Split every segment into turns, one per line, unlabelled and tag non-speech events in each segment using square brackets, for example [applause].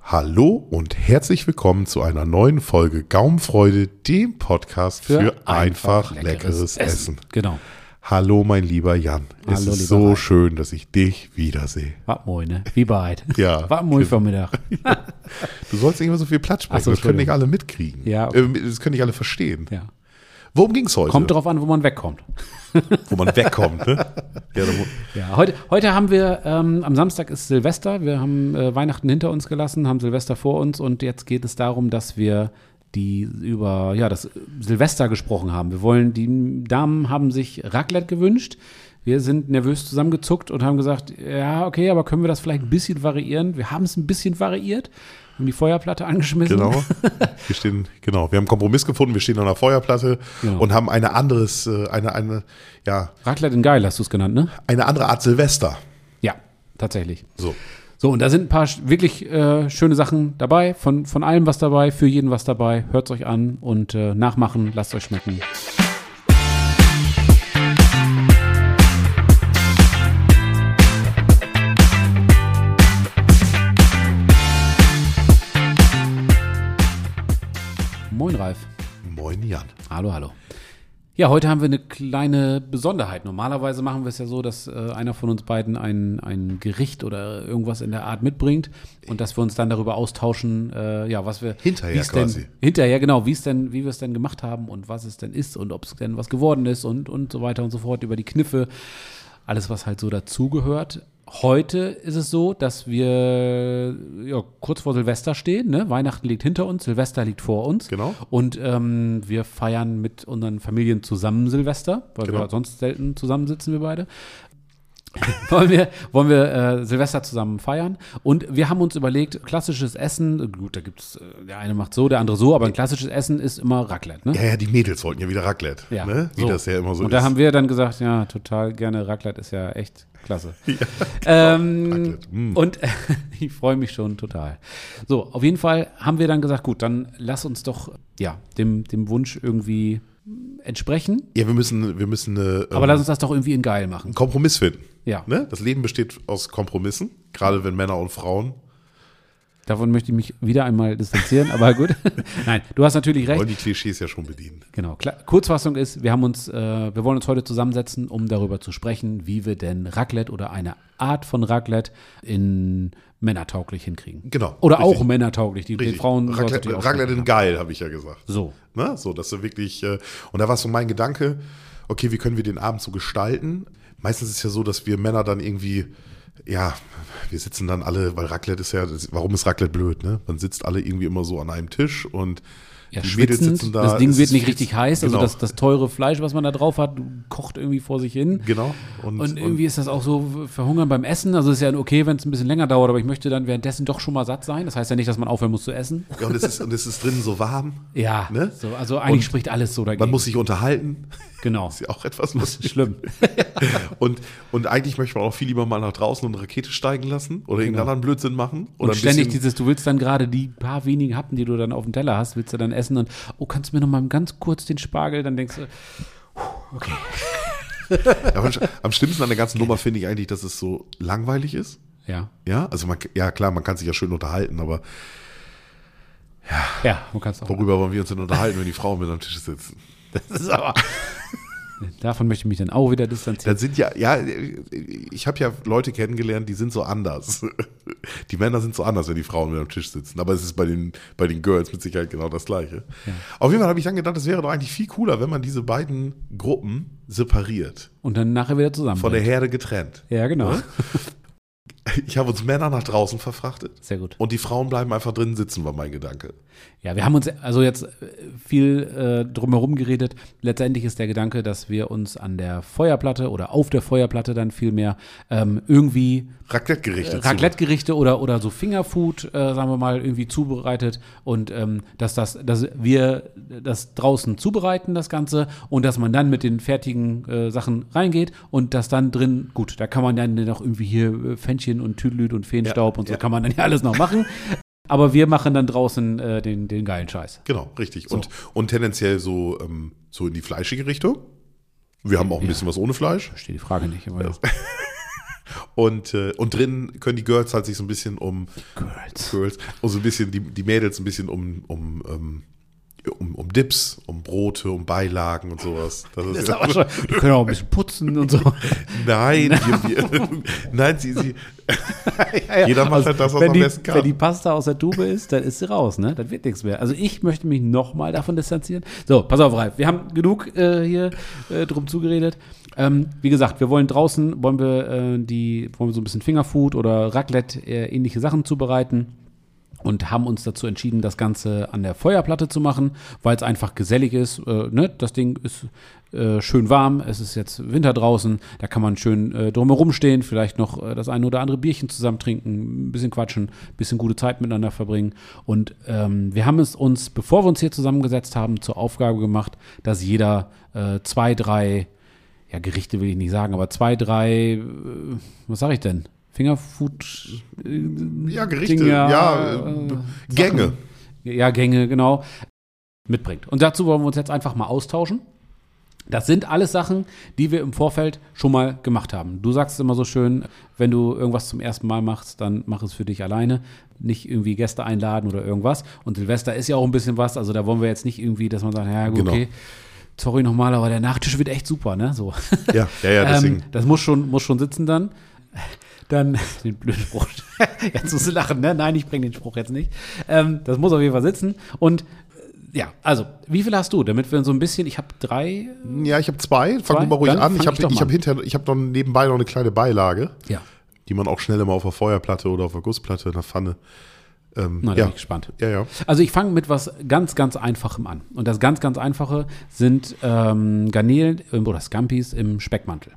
Hallo und herzlich willkommen zu einer neuen Folge Gaumenfreude, dem Podcast für, einfach, leckeres, Essen.
Genau.
Hallo, mein lieber Jan. es
Hallo,
ist
lieber
so
Ralf.
schön, dass ich dich wiedersehe.
War moin, ne? Wie bereit. [laughs]
Ja.
War moin Vormittag.
Du sollst nicht immer so viel Platz sprechen.
Ach so,
das können
Entschuldigung.
nicht alle mitkriegen.
Ja.
Ähm, Das können nicht alle verstehen.
Ja.
Worum ging es heute?
Kommt drauf an, wo man wegkommt.
Wo man wegkommt.
[laughs]
Ne? ja, da mu-
Ja, heute, heute haben wir, ähm, am Samstag ist Silvester, wir haben äh, Weihnachten hinter uns gelassen, haben Silvester vor uns und jetzt geht es darum, dass wir die über, ja, das Silvester gesprochen haben. Wir wollen, die Damen haben sich Raclette gewünscht. Wir sind nervös zusammengezuckt und haben gesagt, ja, okay, aber können wir das vielleicht ein bisschen variieren? Wir haben es ein bisschen variiert, haben die Feuerplatte angeschmissen. [laughs]
Genau. Wir stehen, genau. Wir haben einen Kompromiss gefunden. Wir stehen an der Feuerplatte
Genau.
und haben eine anderes, äh, eine, eine, ja,
Raclette in Geil hast du es genannt, ne?
eine andere Art Silvester.
Ja, tatsächlich.
So.
So, und da sind ein paar sch- wirklich äh, schöne Sachen dabei, von, von allem was dabei, für jeden was dabei. Hört's euch an und äh, nachmachen, lasst euch schmecken. Moin Ralf.
Moin, Jan.
Hallo, hallo. Ja, heute haben wir eine kleine Besonderheit. Normalerweise machen wir es ja so, dass äh, einer von uns beiden ein, ein Gericht oder irgendwas in der Art mitbringt und dass wir uns dann darüber austauschen, äh, ja, was wir
Hinterher
wie es
quasi.
Denn, hinterher, genau, wie es denn, wie wir es denn gemacht haben und was es denn ist und ob es denn was geworden ist und, und so weiter und so fort, über die Kniffe, alles, was halt so dazugehört. Heute ist es so, dass wir ja, kurz vor Silvester stehen. Ne? Weihnachten liegt hinter uns, Silvester liegt vor uns.
Genau.
Und ähm, wir feiern mit unseren Familien zusammen Silvester, weil
Genau.
wir sonst selten zusammensitzen, wir beide. [laughs] wollen wir, wollen wir äh, Silvester zusammen feiern. Und wir haben uns überlegt, klassisches Essen, gut, da gibt es, der eine macht so, der andere so, aber ein klassisches Essen ist immer Raclette, ne?
Ja, ja, die Mädels wollten ja wieder Raclette. Ne? Wie
so.
das ja immer so
Und
ist.
da haben wir dann gesagt, ja, total gerne, Raclette ist ja echt
[laughs]
klasse. ähm,
Raclette, mm.
und [laughs] ich freue mich schon total. So, auf jeden Fall haben wir dann gesagt, gut, dann lass uns doch ja, dem, dem Wunsch irgendwie entsprechen,
ja, wir müssen, wir müssen eine,
aber
ähm,
lass uns das doch irgendwie in geil machen.
einen Kompromiss finden.
Ja.
Ne? Das Leben besteht aus Kompromissen, gerade wenn Männer und Frauen.
Davon möchte ich mich wieder einmal distanzieren, aber gut. [laughs] Nein, du hast natürlich recht.
Wollen die Klischees ja schon bedienen.
Genau. Kla Kurzfassung ist, wir haben uns, äh, wir wollen uns heute zusammensetzen, um darüber zu sprechen, wie wir denn Raclette oder eine Art von Raclette in männertauglich hinkriegen.
Genau,
Oder
richtig.
auch männertauglich. Die, die
Richtig.
Frauen soll's natürlich
Raclette,
auch
Raclette
schmecken
in geil, habe ich ja gesagt.
haben. So.
Ne? So, dass du wirklich, äh, und da war so mein Gedanke, okay, wie können wir den Abend so gestalten? Meistens ist ja so, dass wir Männer dann irgendwie, ja, wir sitzen dann alle, weil Raclette ist ja, das, warum ist Raclette blöd, ne? Man sitzt alle irgendwie immer so an einem Tisch und
Ja,
die Mädels
schwitzend,
sitzen da,
das Ding
es
wird
ist
nicht
schwitz-
richtig heiß, also
genau,
das, das teure Fleisch, was man da drauf hat, kocht irgendwie vor sich hin.
genau.
Und irgendwie ist das auch so verhungern beim Essen. Also ist ja okay, wenn es ein bisschen länger dauert, aber ich möchte dann währenddessen doch schon mal satt sein. Das heißt ja nicht, dass man aufhören muss zu essen.
Ja, und, es ist, und es ist drin so warm.
Ja,
Ne?
so, also eigentlich
Und
spricht alles so dagegen.
Man muss sich unterhalten.
genau.
Ist ja auch etwas lustig.
Schlimm.
[laughs] Und, und eigentlich möchte man auch viel lieber mal nach draußen und eine Rakete steigen lassen oder irgendeinen anderen Blödsinn machen. Oder
Genau. Und
ein
ständig
bisschen-
dieses, du willst dann gerade die paar wenigen Happen, die du dann auf dem Teller hast, willst du dann essen und, oh, kannst du mir noch mal ganz kurz den Spargel, dann denkst du,
Ja, aber sch- am schlimmsten an der ganzen Nummer finde ich eigentlich, dass es so langweilig ist.
ja,
Ja, also man, ja klar, man kann sich ja schön unterhalten, aber
ja, man kannst auch.
worüber wollen wir uns denn unterhalten, wenn die Frauen mit am Tisch sitzen? [laughs] Das ist aber.
[laughs] Davon möchte ich mich dann auch wieder distanzieren.
Dann sind ja, ja, ich habe ja Leute kennengelernt, die sind so anders. Die Männer sind so anders, wenn die Frauen mit am Tisch sitzen. Aber es ist bei den, bei den Girls mit Sicherheit genau das Gleiche. Auf jeden Fall habe ich dann gedacht, es wäre doch eigentlich viel cooler, wenn man diese beiden Gruppen separiert,
Und dann nachher wieder zusammen.
von der Herde getrennt.
ja, genau.
Ich habe uns Männer nach draußen verfrachtet
[laughs] Sehr gut.
und die Frauen bleiben einfach drin sitzen, war mein Gedanke.
Ja, wir haben uns also jetzt äh, viel äh, drumherum geredet. Letztendlich ist der Gedanke, dass wir uns an der Feuerplatte oder auf der Feuerplatte dann vielmehr ähm, irgendwie
Raclette gerichtet.
Raclette-Gerichte oder, oder so Fingerfood, äh, sagen wir mal, irgendwie zubereitet und ähm, dass, das, dass wir das draußen zubereiten, das Ganze, und dass man dann mit den fertigen äh, Sachen reingeht und das dann drin, gut, da kann man dann noch irgendwie hier äh, Fännchen und Tüdelüt und Feenstaub
Ja,
und so
ja.
kann man dann ja alles noch machen. Aber wir machen dann draußen äh, den, den geilen Scheiß.
Genau, richtig. Und, und tendenziell so, ähm, so in die fleischige Richtung. Wir haben auch ein bisschen was ohne Fleisch.
Verstehe die Frage nicht. Aber ja.
Und, äh, und drin können die Girls halt sich so ein bisschen um
Girls.
Girls, und so ein bisschen die, die Mädels ein bisschen um, um, ähm, um, um Dips, um Brote, um Beilagen und sowas. Das ist [laughs]
Das ist
ja-
aber schon, die können auch ein bisschen
[laughs]
putzen und so.
Nein,
[laughs]
wir, wir, [laughs] nein, sie, sie, Jeder macht halt das, was
Also, wenn
am
die,
besten kann.
Wenn die Pasta aus der Tube ist, dann ist sie raus, ne? Dann wird nichts mehr. Also ich möchte mich nochmal davon distanzieren. So, pass auf, Ralf. Wir haben genug äh, hier äh, drum zugeredet. Ähm, wie gesagt, wir wollen draußen, wollen wir äh, die, wollen wir so ein bisschen Fingerfood oder Raclette äh, ähnliche Sachen zubereiten und haben uns dazu entschieden, das Ganze an der Feuerplatte zu machen, weil es einfach gesellig ist. Äh, ne? Das Ding ist äh, schön warm, es ist jetzt Winter draußen, da kann man schön äh, drumherum stehen, vielleicht noch äh, das eine oder andere Bierchen zusammen trinken, ein bisschen quatschen, ein bisschen gute Zeit miteinander verbringen. Und ähm, wir haben es uns, bevor wir uns hier zusammengesetzt haben, zur Aufgabe gemacht, dass jeder äh, zwei, drei, ja Gerichte will ich nicht sagen, aber zwei, drei, äh, was sage ich denn? Fingerfood
ja, Gerichte,
Dinger,
ja,
äh,
äh, Gänge.
ja, Gänge, genau, mitbringt. Und dazu wollen wir uns jetzt einfach mal austauschen. Das sind alles Sachen, die wir im Vorfeld schon mal gemacht haben. Du sagst immer so schön, wenn du irgendwas zum ersten Mal machst, dann mach es für dich alleine. Nicht irgendwie Gäste einladen oder irgendwas. Und Silvester ist ja auch ein bisschen was. Also da wollen wir jetzt nicht irgendwie, dass man sagt, ja, gut,
Genau.
okay, sorry nochmal, aber der Nachtisch wird echt super, ne? So.
Ja, ja, ja, deswegen.
[laughs] Ähm, das muss schon, muss schon sitzen dann. Dann [laughs] den blöden Spruch. Jetzt musst du lachen, ne? Nein, ich bringe den Spruch jetzt nicht. Ähm, das muss auf jeden Fall sitzen. Und äh, ja, also, wie viel hast du? Damit wir so ein bisschen, ich habe drei.
ja, ich habe zwei, fang
äh, Zwei?
du mal ruhig
Dann
an.
fang
Ich habe
ich doch
ich
mal
hab
an.
hinter, ich habe noch nebenbei noch eine kleine Beilage,
Ja,
die man auch schnell immer auf der Feuerplatte oder auf der Gussplatte in der Pfanne. Ähm,
na, da
ja.
bin ich gespannt.
ja, ja.
Also ich fange mit was ganz, ganz Einfachem an. Und das ganz, ganz Einfache sind ähm, Garnelen ähm, oder Scampis im Speckmantel.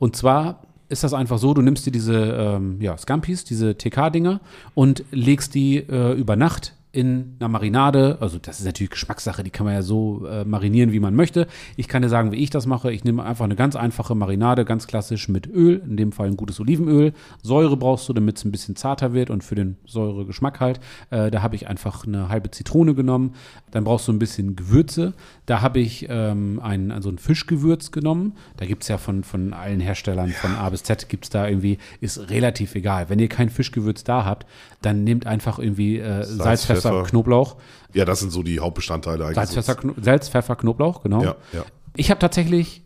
Und zwar ist das einfach so, du nimmst dir diese ähm, ja, Scampis, diese TK-Dinger und legst die äh, über Nacht in einer Marinade, also das ist natürlich Geschmackssache, die kann man ja so äh, marinieren, wie man möchte. Ich kann dir sagen, wie ich das mache. Ich nehme einfach eine ganz einfache Marinade, ganz klassisch mit Öl, in dem Fall ein gutes Olivenöl. Säure brauchst du, damit es ein bisschen zarter wird und für den Säuregeschmack halt. Äh, da habe ich einfach eine halbe Zitrone genommen. Dann brauchst du ein bisschen Gewürze. Da habe ich ähm, ein, also ein Fischgewürz genommen. Da gibt es ja von, von allen Herstellern, von A bis Z gibt es da irgendwie, ist relativ egal. Wenn ihr kein Fischgewürz da habt, dann nehmt einfach irgendwie äh, Salz,
Pfeffer.
Pfeffer, Knoblauch.
Ja, das sind so die Hauptbestandteile eigentlich.
Salz, Pfeffer, Kno Salz, Pfeffer Knoblauch, genau.
Ja, ja.
Ich habe tatsächlich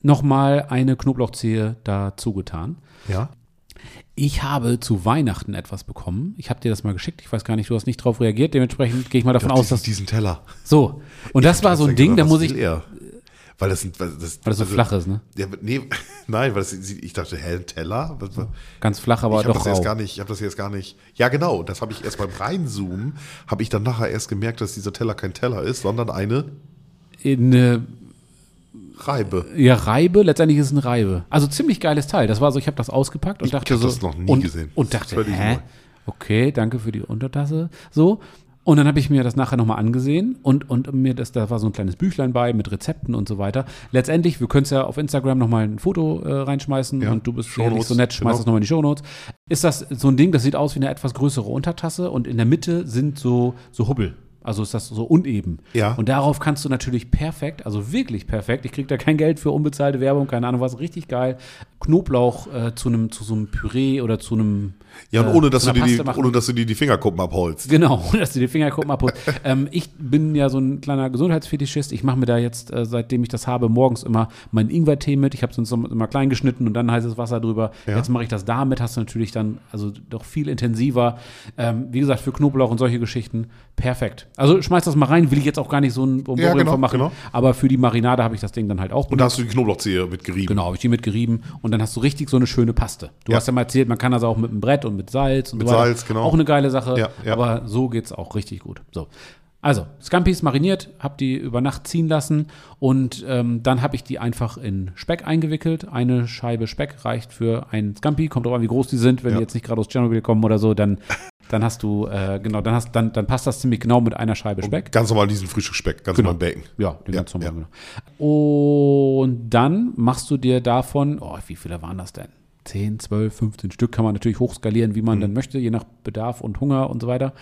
noch mal eine Knoblauchzehe dazu getan.
Ja.
Ich habe zu Weihnachten etwas bekommen. Ich habe dir das mal geschickt. Ich weiß gar nicht, du hast nicht drauf reagiert. Dementsprechend gehe ich mal davon aus, dass
diesen Teller.
so. Und das war so ein Ding, da
Was
muss ich,
will
weil
er? Weil das sind, weil das,
das so
also-
flach ist, ne?
Ja, nee, [laughs] nein, weil das, ich dachte, hä, ein Teller? Was, was?
Ganz flach, aber
ich habe
doch
das jetzt
rau.
gar nicht, ich habe das jetzt gar nicht. Ja, genau, das habe ich erst beim Reinzoomen, habe ich dann nachher erst gemerkt, dass dieser Teller kein Teller ist, sondern eine
In, äh,
Reibe.
ja, Reibe, letztendlich ist es ein Reibe. Also ziemlich geiles Teil. Das war so, ich habe das ausgepackt und
Ich
dachte
hab
so
das noch nie
und,
gesehen.
und dachte,
Völlig
hä?
neu.
Okay, danke für die Untertasse. So. Und dann habe ich mir das nachher nochmal angesehen und, und mir das, da war so ein kleines Büchlein bei mit Rezepten und so weiter. Letztendlich, wir können es ja auf Instagram nochmal ein Foto äh, reinschmeißen
Ja,
und du bist
Shownotes,
sicherlich so nett, schmeißt
genau.
es nochmal in die Shownotes. Ist das so ein Ding, das sieht aus wie eine etwas größere Untertasse und in der Mitte sind so, so Hubbel. Also ist das so uneben.
Ja.
Und darauf kannst du natürlich perfekt, also wirklich perfekt, ich krieg da kein Geld für unbezahlte Werbung, keine Ahnung was, richtig geil, Knoblauch äh, zu einem zu so einem Püree oder zu einem
Ja, und
äh,
ohne dass,
zu
du
einer
dir die,
Paste machen.
ohne dass du dir die Fingerkuppen abholst.
Genau, [laughs] dass du die Fingerkuppen abholst. ähm, ich bin ja so ein kleiner Gesundheitsfetischist. Ich mache mir da jetzt, äh, seitdem ich das habe, morgens immer meinen Ingwertee mit. Ich habe sonst immer klein geschnitten und dann heißes Wasser drüber.
Ja.
Jetzt mache ich das damit. Hast du natürlich dann also doch viel intensiver. Ähm, wie gesagt, für Knoblauch und solche Geschichten perfekt. Also schmeiß das mal rein. Will ich jetzt auch gar nicht so ein Bonbon
Ja, genau,
von machen.
genau.
Aber für die Marinade habe ich das Ding dann halt auch
Und da hast du die Knoblauchzehe mit gerieben.
Genau, habe ich die mitgerieben und dann hast du richtig so eine schöne Paste. Du
Ja.
hast ja mal erzählt, man kann das auch mit einem Brett und mit Salz und
Mit
so weiter.
Salz, genau.
Auch eine geile Sache,
Ja, ja.
aber so geht's auch richtig gut. So. Also, Scampis mariniert, habe die über Nacht ziehen lassen und ähm, dann habe ich die einfach in Speck eingewickelt. Eine Scheibe Speck reicht für einen Scampi, kommt drauf an, wie groß die sind. Wenn
Ja.
die jetzt nicht gerade aus Tschernobyl kommen oder so, dann, dann hast du, äh, genau, dann, hast, dann, dann passt das ziemlich genau mit einer Scheibe Speck. Genau.
Ganz normal diesen Frühstücksspeck, ganz normal Bacon.
Ja, den
Ja,
ganz normalen. Genau. Und dann machst du dir davon, oh, wie viele waren das denn? 10, 12, 15 Stück kann man natürlich hochskalieren, wie
Mhm.
man dann möchte, je nach Bedarf und Hunger und so weiter.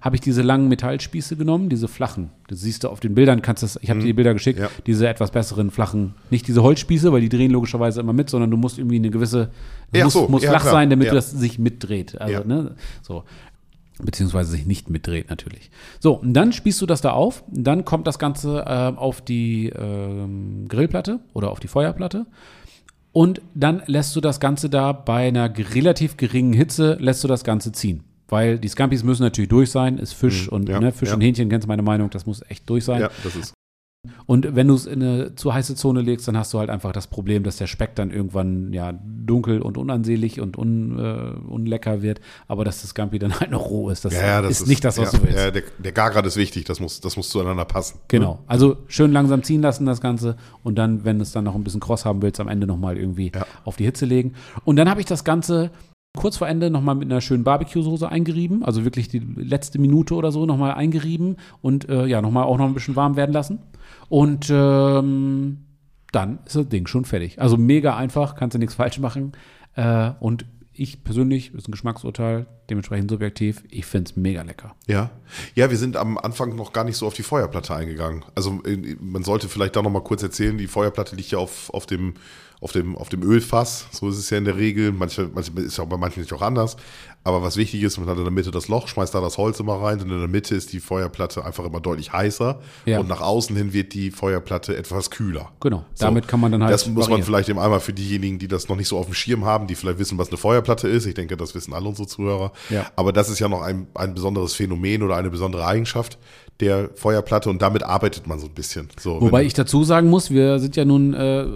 Habe ich diese langen Metallspieße genommen, diese flachen. Das siehst du auf den Bildern, kannst das, ich habe dir die Bilder geschickt,
Mhm. Ja.
diese etwas besseren flachen, nicht diese Holzspieße, weil die drehen logischerweise immer mit, sondern du musst irgendwie eine gewisse,
Ja,
muss,
so,
muss
ja,
flach
klar.
sein, damit
Ja.
das sich mitdreht. Also,
Ja.
ne, so beziehungsweise sich nicht mitdreht natürlich. So, und dann spießt du das da auf, dann kommt das Ganze ähm, auf die ähm, Grillplatte oder auf die Feuerplatte und dann lässt du das Ganze da bei einer g- relativ geringen Hitze, lässt du das Ganze ziehen. Weil die Scampis müssen natürlich durch sein, ist Fisch und
Mhm. ja,
ne, Fisch
ja.
und Hähnchen, kennst meine Meinung, das muss echt durch sein.
Ja, das ist.
Und wenn du es in eine zu heiße Zone legst, dann hast du halt einfach das Problem, dass der Speck dann irgendwann ja dunkel und unansehlich und un, äh, unlecker wird, aber dass das Scampi dann [laughs] halt noch roh ist. Das,
Ja, ja, das
ist, nicht das, was
ja,
du willst.
Ja, der, der Gargrad ist wichtig, das muss, das muss zueinander passen.
Genau. Also schön langsam ziehen lassen das Ganze und dann, wenn es dann noch ein bisschen kross haben willst, am Ende nochmal irgendwie
Ja.
auf die Hitze legen. Und dann habe ich das Ganze kurz vor Ende nochmal mit einer schönen Barbecue-Soße eingerieben, also wirklich die letzte Minute oder so nochmal eingerieben und äh, ja, nochmal auch noch ein bisschen warm werden lassen. Und ähm, dann ist das Ding schon fertig. Also mega einfach, kannst du nichts falsch machen. Äh, und ich persönlich, ist ein Geschmacksurteil, dementsprechend subjektiv, ich finde es mega lecker.
Ja. Ja, wir sind am Anfang noch gar nicht so auf die Feuerplatte eingegangen. Also äh, man sollte vielleicht da noch mal kurz erzählen, die Feuerplatte liegt ja auf, auf dem auf dem auf dem Ölfass, so ist es ja in der Regel, manche, manche ist ja bei manchen nicht auch anders, aber was wichtig ist, man hat in der Mitte das Loch, schmeißt da das Holz immer rein und in der Mitte ist die Feuerplatte einfach immer deutlich heißer
Ja.
und nach außen hin wird die Feuerplatte etwas kühler.
Genau, damit kann man dann halt
Das muss man
variieren.
vielleicht eben einmal für diejenigen, die das noch nicht so auf dem Schirm haben, die vielleicht wissen, was eine Feuerplatte ist. Ich denke, das wissen alle unsere Zuhörer.
Ja.
Aber das ist ja noch ein, ein besonderes Phänomen oder eine besondere Eigenschaft der Feuerplatte und damit arbeitet man so ein bisschen. So,
Wobei
wenn-
ich dazu sagen muss, wir sind ja nun, äh,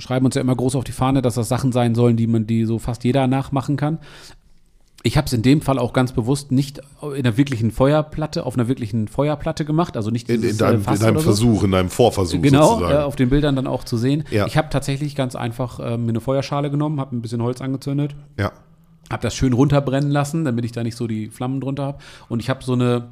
schreiben uns ja immer groß auf die Fahne, dass das Sachen sein sollen, die man, die so fast jeder nachmachen kann. Ich habe es in dem Fall auch ganz bewusst nicht in einer wirklichen Feuerplatte, auf einer wirklichen Feuerplatte gemacht, also nicht
in,
dieses,
in
äh,
deinem,
Fass
in deinem
oder
Versuch, in deinem Vorversuch
Genau, äh,
sozusagen.
auf den Bildern dann auch zu sehen.
Ja.
Ich habe tatsächlich ganz einfach äh, mir eine Feuerschale genommen, habe ein bisschen Holz angezündet,
ja.
habe das schön runterbrennen lassen, damit ich da nicht so die Flammen drunter habe. Und ich habe so eine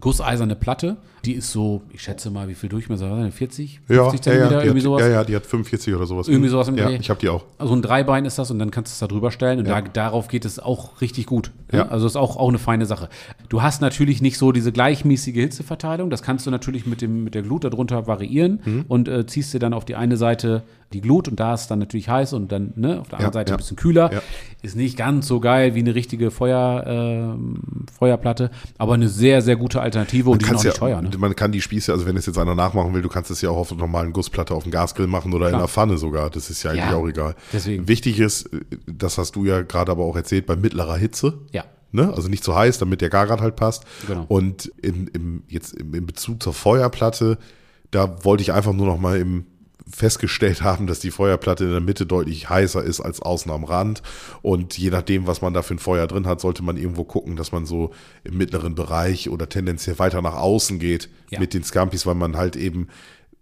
gusseiserne Platte, die ist so, ich schätze mal, wie viel Durchmesser war das? 40, 50
Ja, ja,
Zentimeter,
ja, die
irgendwie
hat,
sowas.
ja, ja, die hat 45 oder sowas.
Irgendwie sowas im
Ja,
Dreh.
ich habe die auch.
Also ein Dreibein ist das und dann kannst du es da drüber stellen und
Ja.
da, darauf geht es auch richtig gut. ne?
Ja.
Also ist auch, auch eine feine Sache. Du hast natürlich nicht so diese gleichmäßige Hitzeverteilung, das kannst du natürlich mit, dem, mit der Glut darunter variieren
Mhm.
und äh, ziehst dir dann auf die eine Seite die Glut und da ist dann natürlich heiß und dann ne, auf der anderen
Ja,
Seite
ja.
ein bisschen kühler.
Ja.
Ist nicht ganz so geil wie eine richtige Feuer, ähm, Feuerplatte, aber eine sehr, sehr gute Alternative und die sind auch
Kannst
nicht
ja,
teuer. Ne?
Man kann die Spieße, also wenn es jetzt einer nachmachen will, du kannst es ja auch auf einer normalen Gussplatte auf dem Gasgrill machen oder in
Klar.
einer Pfanne sogar. Das ist ja eigentlich
Ja,
auch egal.
deswegen.
Wichtig ist, äh, das hast du ja gerade aber auch erzählt, bei mittlerer Hitze.
Ja.
Ne? Also nicht zu heiß, damit der Gargrad halt passt.
Genau.
Und im, im, jetzt im, in Bezug zur Feuerplatte, da wollte ich einfach nur noch mal im festgestellt haben, dass die Feuerplatte in der Mitte deutlich heißer ist als außen am Rand. Und je nachdem, was man da für ein Feuer drin hat, sollte man irgendwo gucken, dass man so im mittleren Bereich oder tendenziell weiter nach außen geht
Ja.
mit den Scampis, weil man halt eben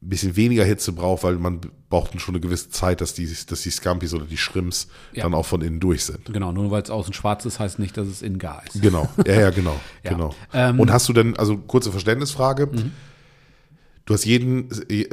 ein bisschen weniger Hitze braucht, weil man braucht schon eine gewisse Zeit, dass die, dass die Scampis oder die Shrimps
Ja.
dann auch von innen durch sind.
Genau, nur weil es außen schwarz ist, heißt nicht, dass es innen gar ist.
Genau, ja, ja, genau.
[laughs] Ja.
genau.
Ähm. mhm.
und hast du denn, also kurze Verständnisfrage, du hast jeden, äh,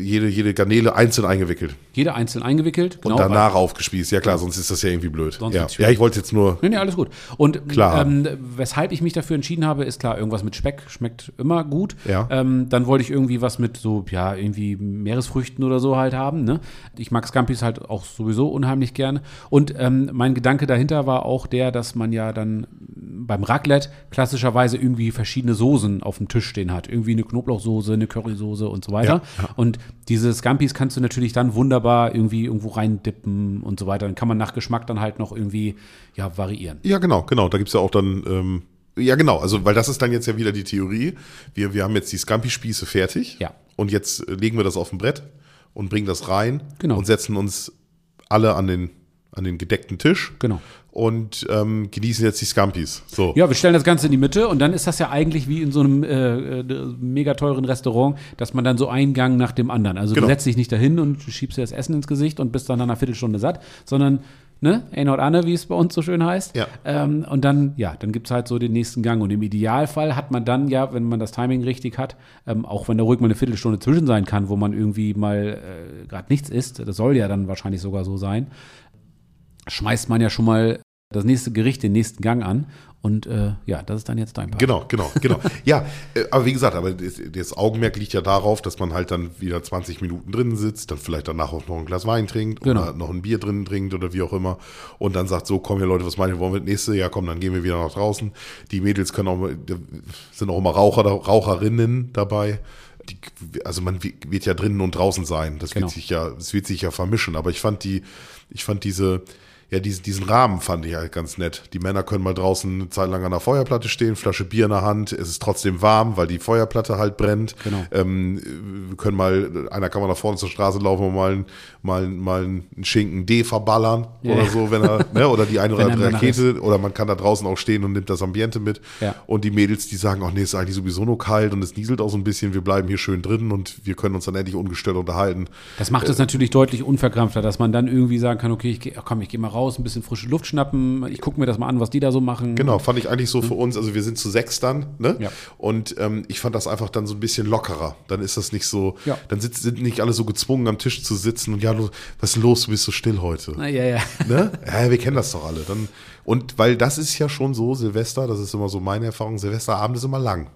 jede, jede Garnele einzeln eingewickelt
Jeder einzeln eingewickelt.
und
genau, weil-
danach aufgespießt. Ja klar, sonst ist das ja irgendwie blöd.
Sonst
ja.
wird's schwierig. Hm?
ja, ich wollte jetzt nur,
Nee, nee, alles gut. Und
Klar.
Ähm, weshalb ich mich dafür entschieden habe, ist klar, irgendwas mit Speck schmeckt immer gut.
Ja.
Ähm, dann wollte ich irgendwie was mit so, ja, irgendwie Meeresfrüchten oder so halt haben. Ne? Ich mag Scampis halt auch sowieso unheimlich gerne. Und ähm, mein Gedanke dahinter war auch der, dass man ja dann beim Raclette klassischerweise irgendwie verschiedene Soßen auf dem Tisch stehen hat. Irgendwie eine Knoblauchsoße, eine Currysoße und so weiter. Und diese Scampis kannst du natürlich dann wunderbar irgendwie irgendwo reindippen und so weiter. Dann kann man nach Geschmack dann halt noch irgendwie ja variieren.
ja genau, genau, da gibt's ja auch dann, ähm, ja genau, also weil das ist dann jetzt ja wieder die Theorie. Wir, wir haben jetzt die Scampi-Spieße fertig
Ja.
und jetzt äh, legen wir das auf ein Brett und bringen das rein
Genau.
und setzen uns alle an den, an den gedeckten Tisch.
Genau.
Und ähm, genießen jetzt die Scampis. So.
Ja, wir stellen das Ganze in die Mitte und dann ist das ja eigentlich wie in so einem äh, äh, mega teuren Restaurant, dass man dann so einen Gang nach dem anderen. Also
Genau.
du setzt dich nicht dahin und schiebst dir das Essen ins Gesicht und bist dann nach einer Viertelstunde satt, sondern ne, Ain't Not Anne, wie es bei uns so schön heißt.
Ja.
Ähm, und dann, ja, dann gibt's halt so den nächsten Gang. Und im Idealfall hat man dann ja, wenn man das Timing richtig hat, ähm, auch wenn da ruhig mal eine Viertelstunde zwischen sein kann, wo man irgendwie mal äh, gerade nichts isst, das soll ja dann wahrscheinlich sogar so sein, schmeißt man ja schon mal das nächste Gericht, den nächsten Gang an. Und äh, ja, das ist dann jetzt dein Part.
Genau, genau, genau. ja, äh, aber wie gesagt, aber das, das Augenmerk liegt ja darauf, dass man halt dann wieder 20 Minuten drin sitzt, dann vielleicht danach auch noch ein Glas Wein trinkt
Genau.
oder noch ein Bier drin trinkt oder wie auch immer und dann sagt so, komm hier Leute, was meint ihr, wollen wir das nächste? Ja, komm, dann gehen wir wieder nach draußen. Die Mädels können auch mal- sind auch immer Raucher, Raucherinnen dabei. Die, also man wird ja drinnen und draußen sein. Das
Genau.
wird sich ja, es wird sich ja vermischen. Aber ich fand die, ich fand diese, ja, diesen, diesen Rahmen fand ich halt ganz nett. Die Männer können mal draußen eine Zeit lang an der Feuerplatte stehen, Flasche Bier in der Hand, es ist trotzdem warm, weil die Feuerplatte halt brennt.
Genau.
Ähm, wir können mal, einer kann mal nach vorne zur Straße laufen und mal, einen- mal, einen- mal einen Schinken D verballern
Ja,
oder
ja.
so, wenn er, ne, oder
[laughs]
die eine oder
Wenn er
andere
danach
Rakete oder man kann da draußen auch stehen und nimmt das Ambiente mit.
Ja.
Und die Mädels, die sagen, ach nee, ist eigentlich sowieso nur kalt und es nieselt auch so ein bisschen, wir bleiben hier schön drin und wir können uns dann endlich ungestört unterhalten.
Das macht es
äh,
natürlich deutlich unverkrampfter, dass man dann irgendwie sagen kann, okay, ich geh, ach komm, ich gehe mal raus, ein bisschen frische Luft schnappen, ich gucke mir das mal an, was die da so machen.
Genau, fand ich eigentlich so für uns, also wir sind zu sechs dann, ne?
Mhm. Ja.
Und ähm, ich fand das einfach dann so ein bisschen lockerer. Dann ist das nicht so,
Ja.
dann sitz, sind nicht alle so gezwungen, am Tisch zu sitzen und ja, lo- was ist los, du bist so still heute.
Na, ja, ja.
Ne? Ja, wir kennen das doch alle. Dann, und weil das ist ja schon so, Silvester, das ist immer so meine Erfahrung, Silvesterabend ist immer lang.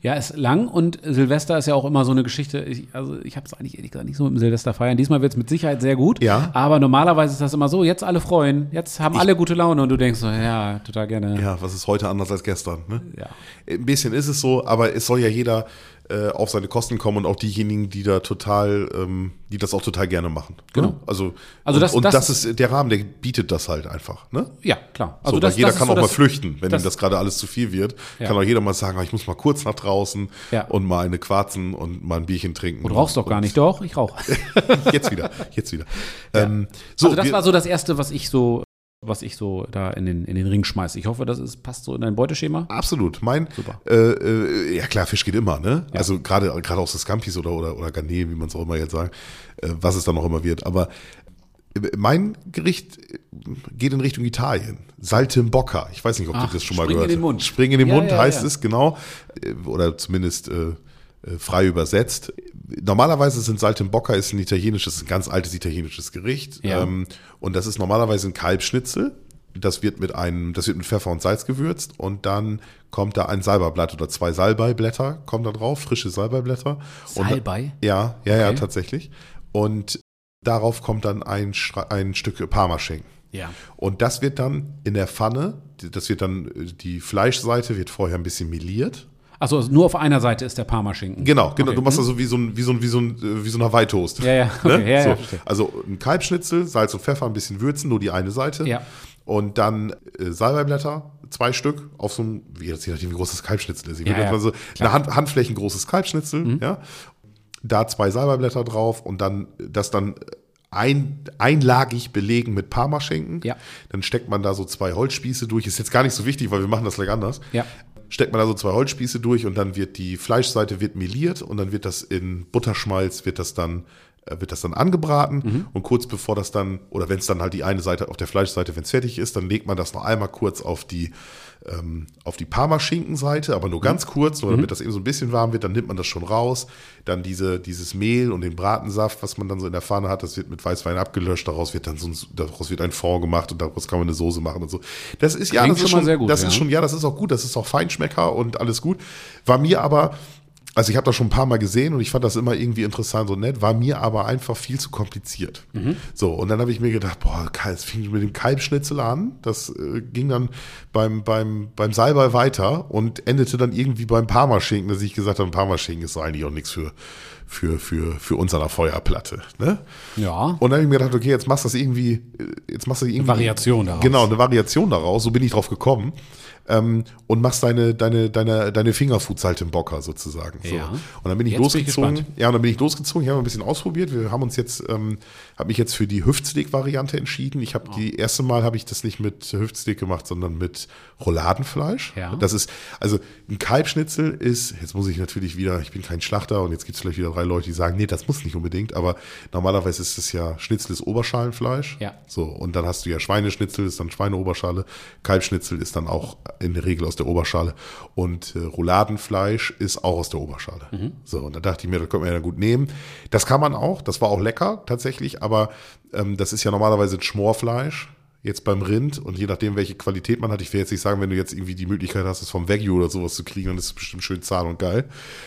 Ja, ist lang und Silvester ist ja auch immer so eine Geschichte. Ich, also ich habe es eigentlich ehrlich gesagt nicht so mit dem Silvester feiern. Diesmal wird es mit Sicherheit sehr gut.
Ja.
Aber normalerweise ist das immer so, jetzt alle freuen, jetzt haben alle gute Laune und du denkst so, ja, total gerne.
Ja, was ist heute anders als gestern? Ne?
Ja.
Ein bisschen ist es so, aber es soll ja jeder äh, auf seine Kosten kommen und auch diejenigen, die da total, ähm, die das auch total gerne machen.
Genau.
Ne? Also,
Also
und,
das-
und
das-
das, ist der Rahmen, der bietet das halt einfach. Ne?
Ja, klar.
Also so, weil jeder
ist
kann
so
auch mal
das-
flüchten, wenn
das-
ihm das gerade alles zu viel wird.
Ja.
Kann auch jeder mal sagen, ah, ich muss mal kurz nach draußen
Ja.
und mal eine quarzen und mal ein Bierchen trinken.
Du rauchst doch gar nicht, doch, ich rauche.
[laughs] Jetzt wieder, jetzt wieder. Ähm, so,
also das
wir-
war so das Erste, was ich so, was ich so da in den, in den Ring schmeiß. Ich hoffe, das ist, passt so in dein Beuteschema.
Absolut. Mein,
Super.
äh, äh, ja klar, Fisch geht immer, ne? Also gerade gerade auch so Scampis oder oder oder Garnelen, wie man es auch immer jetzt sagt, äh, was es dann auch immer wird. Aber äh, mein Gericht äh, geht in Richtung Italien. Saltimbocca. Ich weiß nicht, ob
Ach,
du das schon mal
spring in
gehört
den
hast.
Mund.
Spring in den
Ja,
Mund
ja,
heißt
ja.
es genau Äh, oder zumindest äh, äh, frei übersetzt. Normalerweise sind Saltimbocca ist ein italienisches, ein ganz altes italienisches Gericht.
Ja.
Ähm, und das ist normalerweise ein Kalbschnitzel. Das wird mit einem, das wird mit Pfeffer und Salz gewürzt und dann kommt da ein Salbeiblatt oder zwei Salbeiblätter kommen da drauf, frische Salbeiblätter. Und,
Salbei?
ja, ja, ja,
Okay.
tatsächlich. Und darauf kommt dann ein, Schra- ein Stück Parmaschinken.
äh, Ja.
Und das wird dann in der Pfanne, das wird dann, äh, die Fleischseite wird vorher ein bisschen meliert.
Achso, also nur auf einer Seite ist der Parmaschinken.
Genau, genau.
Okay. hm.
Du machst das so wie so ein, wie so ein, wie so ein, äh, wie so ein Hawaii-Toast. [laughs] Ne?
Ja, ja, okay, ja, ja,
so.
verstehe.
Also ein Kalbschnitzel, Salz und Pfeffer, ein bisschen würzen, nur die eine Seite.
Ja.
Und dann äh, Salbeiblätter, zwei Stück, auf so ein, wie jetzt, je nachdem, wie groß das Kalbschnitzel ist. Ich
Ja, Mhm.
würde
ja,
mal so eine Hand, Handflächen großes Kalbschnitzel, ja. Da zwei Salbeiblätter drauf und dann das dann ein, einlagig belegen mit Parmaschinken.
Ja.
Dann steckt man da so zwei Holzspieße durch. Ist jetzt gar nicht so wichtig, weil wir machen das gleich anders
Ja.
steckt man da so zwei Holzspieße durch und dann wird die Fleischseite wird meliert und dann wird das in Butterschmalz wird das dann äh, wird das dann angebraten und kurz bevor das dann oder wenn es dann halt die eine Seite auf der Fleischseite wenn es fertig ist, dann legt man das noch einmal kurz auf die ähm, auf die Parmaschinkenseite, aber
Mhm.
nur ganz kurz, nur damit das eben so ein bisschen warm wird, dann nimmt man das schon raus, dann diese dieses Mehl und den Bratensaft, was man dann so in der Pfanne hat, das wird mit Weißwein abgelöscht, daraus wird dann so ein, daraus wird ein Fond gemacht und daraus kann man eine Soße machen und so. Das ist ja
Klingt
das ist
schon mal sehr gut,
das
ja.
ist schon ja, das ist auch gut, das ist auch Feinschmecker und alles gut. War mir aber, also ich habe das schon ein paar Mal gesehen und ich fand das immer irgendwie interessant und nett, war mir aber einfach viel zu kompliziert. So, und dann habe ich mir gedacht, boah, Kai, es fing mit dem Kalbschnitzel an, das äh, ging dann beim, beim, beim Salbei weiter und endete dann irgendwie beim Parmaschinken, dass ich gesagt habe, Parmaschinken ist eigentlich auch nichts für, für, für, für uns an der Feuerplatte. Ne?
Hm? Ja.
Und dann habe ich mir gedacht, okay, jetzt machst du das irgendwie, äh, jetzt machst du irgendwie.
Variation daraus.
Genau, eine Variation daraus, so bin ich drauf gekommen. Ähm, und machst deine, deine, deine, deine Fingerfoods halt im Bocker sozusagen. So.
Ja.
Und dann bin ich
Jetzt bin ich
losgezogen.
gespannt.
ja, und dann bin ich losgezogen, ich habe ein bisschen ausprobiert. Wir haben uns jetzt, ähm, habe mich jetzt für die Hüftsteak-Variante entschieden. Ich habe
Oh.
die erste Mal habe ich das nicht mit Hüftsteak gemacht, sondern mit Rouladenfleisch.
Ja.
Das ist, also ein Kalbschnitzel ist, jetzt muss ich natürlich wieder, ich bin kein Schlachter und jetzt gibt es vielleicht wieder drei Leute, die sagen, nee, das muss nicht unbedingt, aber normalerweise ist es ja Schnitzel ist Oberschalenfleisch.
Ja.
So, und dann hast du ja Schweineschnitzel, ist dann Schweineoberschale, Kalbschnitzel ist dann auch in der Regel aus der Oberschale und äh, Rouladenfleisch ist auch aus der Oberschale. So, und da dachte ich mir, das können wir ja gut nehmen. Das kann man auch, das war auch lecker tatsächlich, aber ähm, das ist ja normalerweise ein Schmorfleisch. jetzt beim Rind und je nachdem, welche Qualität man hat, ich will jetzt nicht sagen, wenn du jetzt irgendwie die Möglichkeit hast, es vom Wagyu oder sowas zu kriegen, dann ist es bestimmt schön zahl und geil.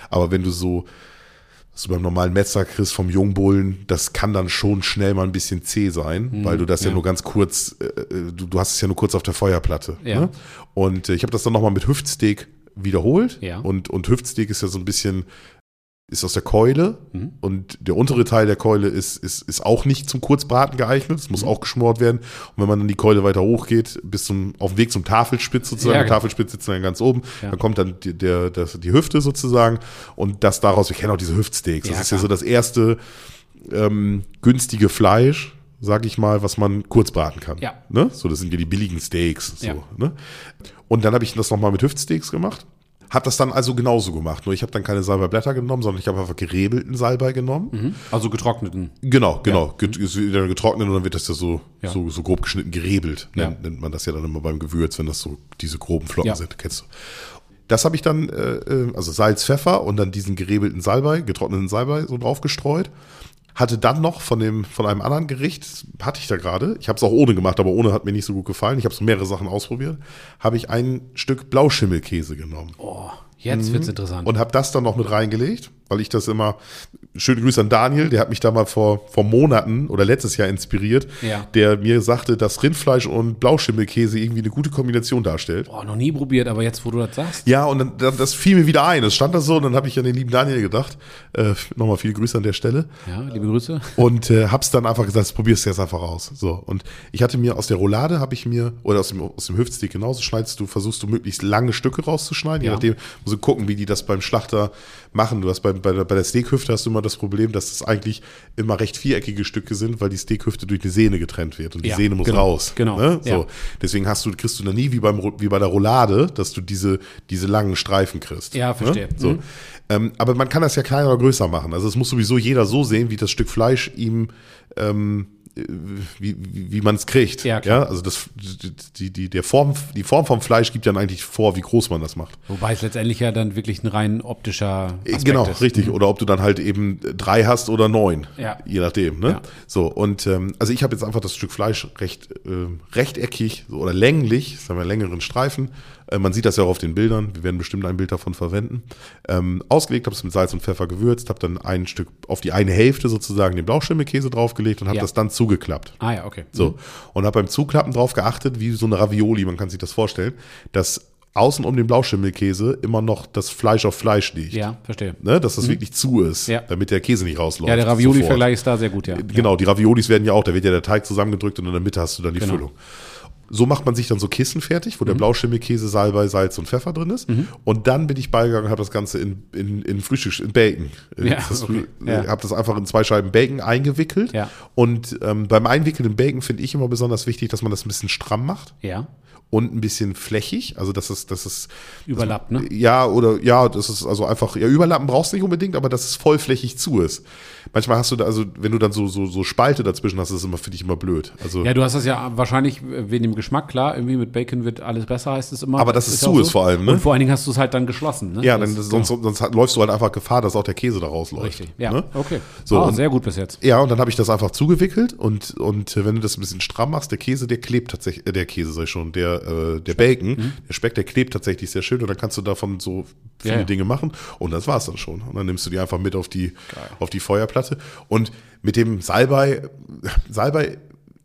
Aber wenn du so, was du Also beim normalen Metzger kriegst vom Jungbullen, das kann dann schon schnell mal ein bisschen zäh sein, weil du das ja,
Mhm. ja.
nur ganz kurz, äh, äh, du, du hast es ja nur kurz auf der Feuerplatte.
Ja.
Ne? Und äh, ich habe das dann nochmal mit Hüftsteak wiederholt.
Ja.
Und, und Hüftsteak ist ja so ein bisschen, ist aus der Keule
Mhm.
und der untere Teil der Keule ist, ist, ist auch nicht zum Kurzbraten geeignet. Es
Mhm.
muss auch geschmort werden. Und wenn man dann die Keule weiter hochgeht, bis zum, auf dem Weg zum Tafelspitz sozusagen,
Ja,
ja,
genau.
Tafelspitz sitzt dann ganz oben,
Ja.
dann kommt dann die, der, das, die Hüfte sozusagen und das daraus, wir kennen auch diese Hüftsteaks. Das
Ja,
ist
klar.
ja so das erste ähm, günstige Fleisch, sag ich mal, was man kurz braten kann.
Ja.
Ne? So, das sind ja die billigen Steaks. So,
Ja.
ne? Und dann habe ich das nochmal mit Hüftsteaks gemacht. Hab das dann also genauso gemacht. Nur ich habe dann keine Salbeiblätter genommen, sondern ich habe einfach gerebelten Salbei genommen.
Also getrockneten.
Genau, genau. Get- ist wieder getrocknet und dann wird das ja so,
Mhm. Ja.
so, so grob geschnitten, gerebelt,
Ja.
nennt, nennt man das ja dann immer beim Gewürz, wenn das so diese groben Flocken
Ja.
sind, kennst du. Das habe ich dann, äh, äh, also Salz, Pfeffer und dann diesen gerebelten Salbei, getrockneten Salbei so drauf gestreut. Hatte dann noch von, dem, von einem anderen Gericht, hatte ich da gerade, ich habe es auch ohne gemacht, aber ohne hat mir nicht so gut gefallen, ich habe so mehrere Sachen ausprobiert, habe ich ein Stück Blauschimmelkäse genommen
Oh, jetzt wird's interessant.
mhm. und habe das dann noch mit reingelegt, weil ich das immer. Schöne Grüße an Daniel, der hat mich da mal vor, vor Monaten oder letztes Jahr inspiriert,
Ja.
der mir sagte, dass Rindfleisch und Blauschimmelkäse irgendwie eine gute Kombination darstellt.
Boah, noch nie probiert, aber jetzt, wo du das sagst.
Ja, und dann, dann, das fiel mir wieder ein. Es stand da so und dann habe ich an den lieben Daniel gedacht. Äh, Nochmal viele Grüße an der Stelle.
Ja, liebe Grüße.
Und äh, hab's dann einfach gesagt, probier's jetzt einfach aus. So. Und ich hatte mir aus der Roulade habe ich mir, oder aus dem, aus dem Hüftstick genauso, schneidest du, versuchst du möglichst lange Stücke rauszuschneiden.
Ja.
Je nachdem, musst du gucken, wie die das beim Schlachter machen. Du hast bei, bei, der- bei der Steakhüfte hast du immer das Problem, dass das eigentlich immer recht viereckige Stücke sind, weil die Steakhüfte durch eine Sehne getrennt wird. Und die
Ja,
Sehne muss
genau,
raus.
genau,
Ne? So.
ja.
Deswegen hast du, kriegst du da nie wie, beim, Ru- wie bei der Roulade, dass du diese, diese langen Streifen kriegst.
Ja, verstehe.
Ne? So.
Mhm.
Ähm, aber man kann das ja kleiner oder größer machen. Also es muss sowieso jeder so sehen, wie das Stück Fleisch ihm, ähm, äh, wie, wie, wie man es kriegt.
Ja, klar.
also das, die, die, der Form, die Form vom Fleisch gibt dann eigentlich vor, wie groß man das macht.
Wobei es letztendlich ja dann wirklich ein rein optischer Aspekt
genau,
ist.
richtig. Oder ob du dann halt eben drei hast oder neun.
Ja.
Je nachdem. Ne?
Ja.
So, und ähm, also ich habe jetzt einfach das Stück Fleisch recht ähm, rechteckig so, oder länglich, sagen wir längeren Streifen. Äh, man sieht das ja auch auf den Bildern. Wir werden bestimmt ein Bild davon verwenden. Ähm, ausgelegt, habe es mit Salz und Pfeffer gewürzt, habe dann ein Stück auf die eine Hälfte sozusagen den Blauschimmelkäse draufgelegt und habe
Ja.
das dann zugeklappt.
Ah ja, okay.
So. Und habe beim Zuklappen drauf geachtet, wie so eine Ravioli, man kann sich das vorstellen, dass außen um den Blauschimmelkäse immer noch das Fleisch auf Fleisch liegt.
Ja, verstehe.
Ne, dass das wirklich zu ist,
Mhm. Ja.
damit der Käse nicht rausläuft.
Ja, der
sofort.
Ravioli-Vergleich ist da sehr gut, ja.
Genau, die Raviolis werden ja auch, da wird ja der Teig zusammengedrückt und in der Mitte hast du dann die
Genau. Mhm.
Füllung. So macht man sich dann so Kissen fertig, wo der Blauschimmelkäse, Salbei, Salz und Pfeffer drin ist. Und dann bin ich beigegangen und habe das Ganze in, in, in Frühstück, in Bacon.
Ja,
das,
okay. Ja.
ja. Habe das einfach in zwei Scheiben Bacon eingewickelt.
Ja.
Und ähm, beim Einwickeln im Bacon finde ich immer besonders wichtig, dass man das ein bisschen stramm macht
Ja,
und ein bisschen flächig. Also, dass es, dass es
überlappt, ne?
ja, oder ja, das ist also einfach, ja, Überlappen brauchst du nicht unbedingt, aber dass es vollflächig zu ist. Manchmal hast du da, also wenn du dann so, so, so Spalte dazwischen hast, ist es immer, finde ich immer blöd. Also,
Ja, du hast das ja wahrscheinlich wegen dem Geschmack, klar, irgendwie mit Bacon wird alles besser, heißt es immer.
Aber dass es
ja
zu
auch
ist vor allem, ne?
Und vor allen Dingen hast du es halt dann geschlossen, ne?
ja, dann, sonst, sonst hat- läufst du halt einfach Gefahr, dass auch der Käse da rausläuft.
Richtig, ja,
Ne?
okay.
So,
ah,
und-
sehr gut bis jetzt.
Ja, und dann habe ich das einfach zugewickelt und, und äh, wenn du das ein bisschen stramm machst, der Käse, der klebt tatsächlich, äh, der Käse sei schon, der, äh, der Bacon,
Mhm.
der Speck, der klebt tatsächlich sehr schön und dann kannst du davon so viele
Ja, ja.
Dinge machen und das war's dann schon. Und dann nimmst du die einfach mit auf die, auf die Feuerplatte und mit dem Salbei, Salbei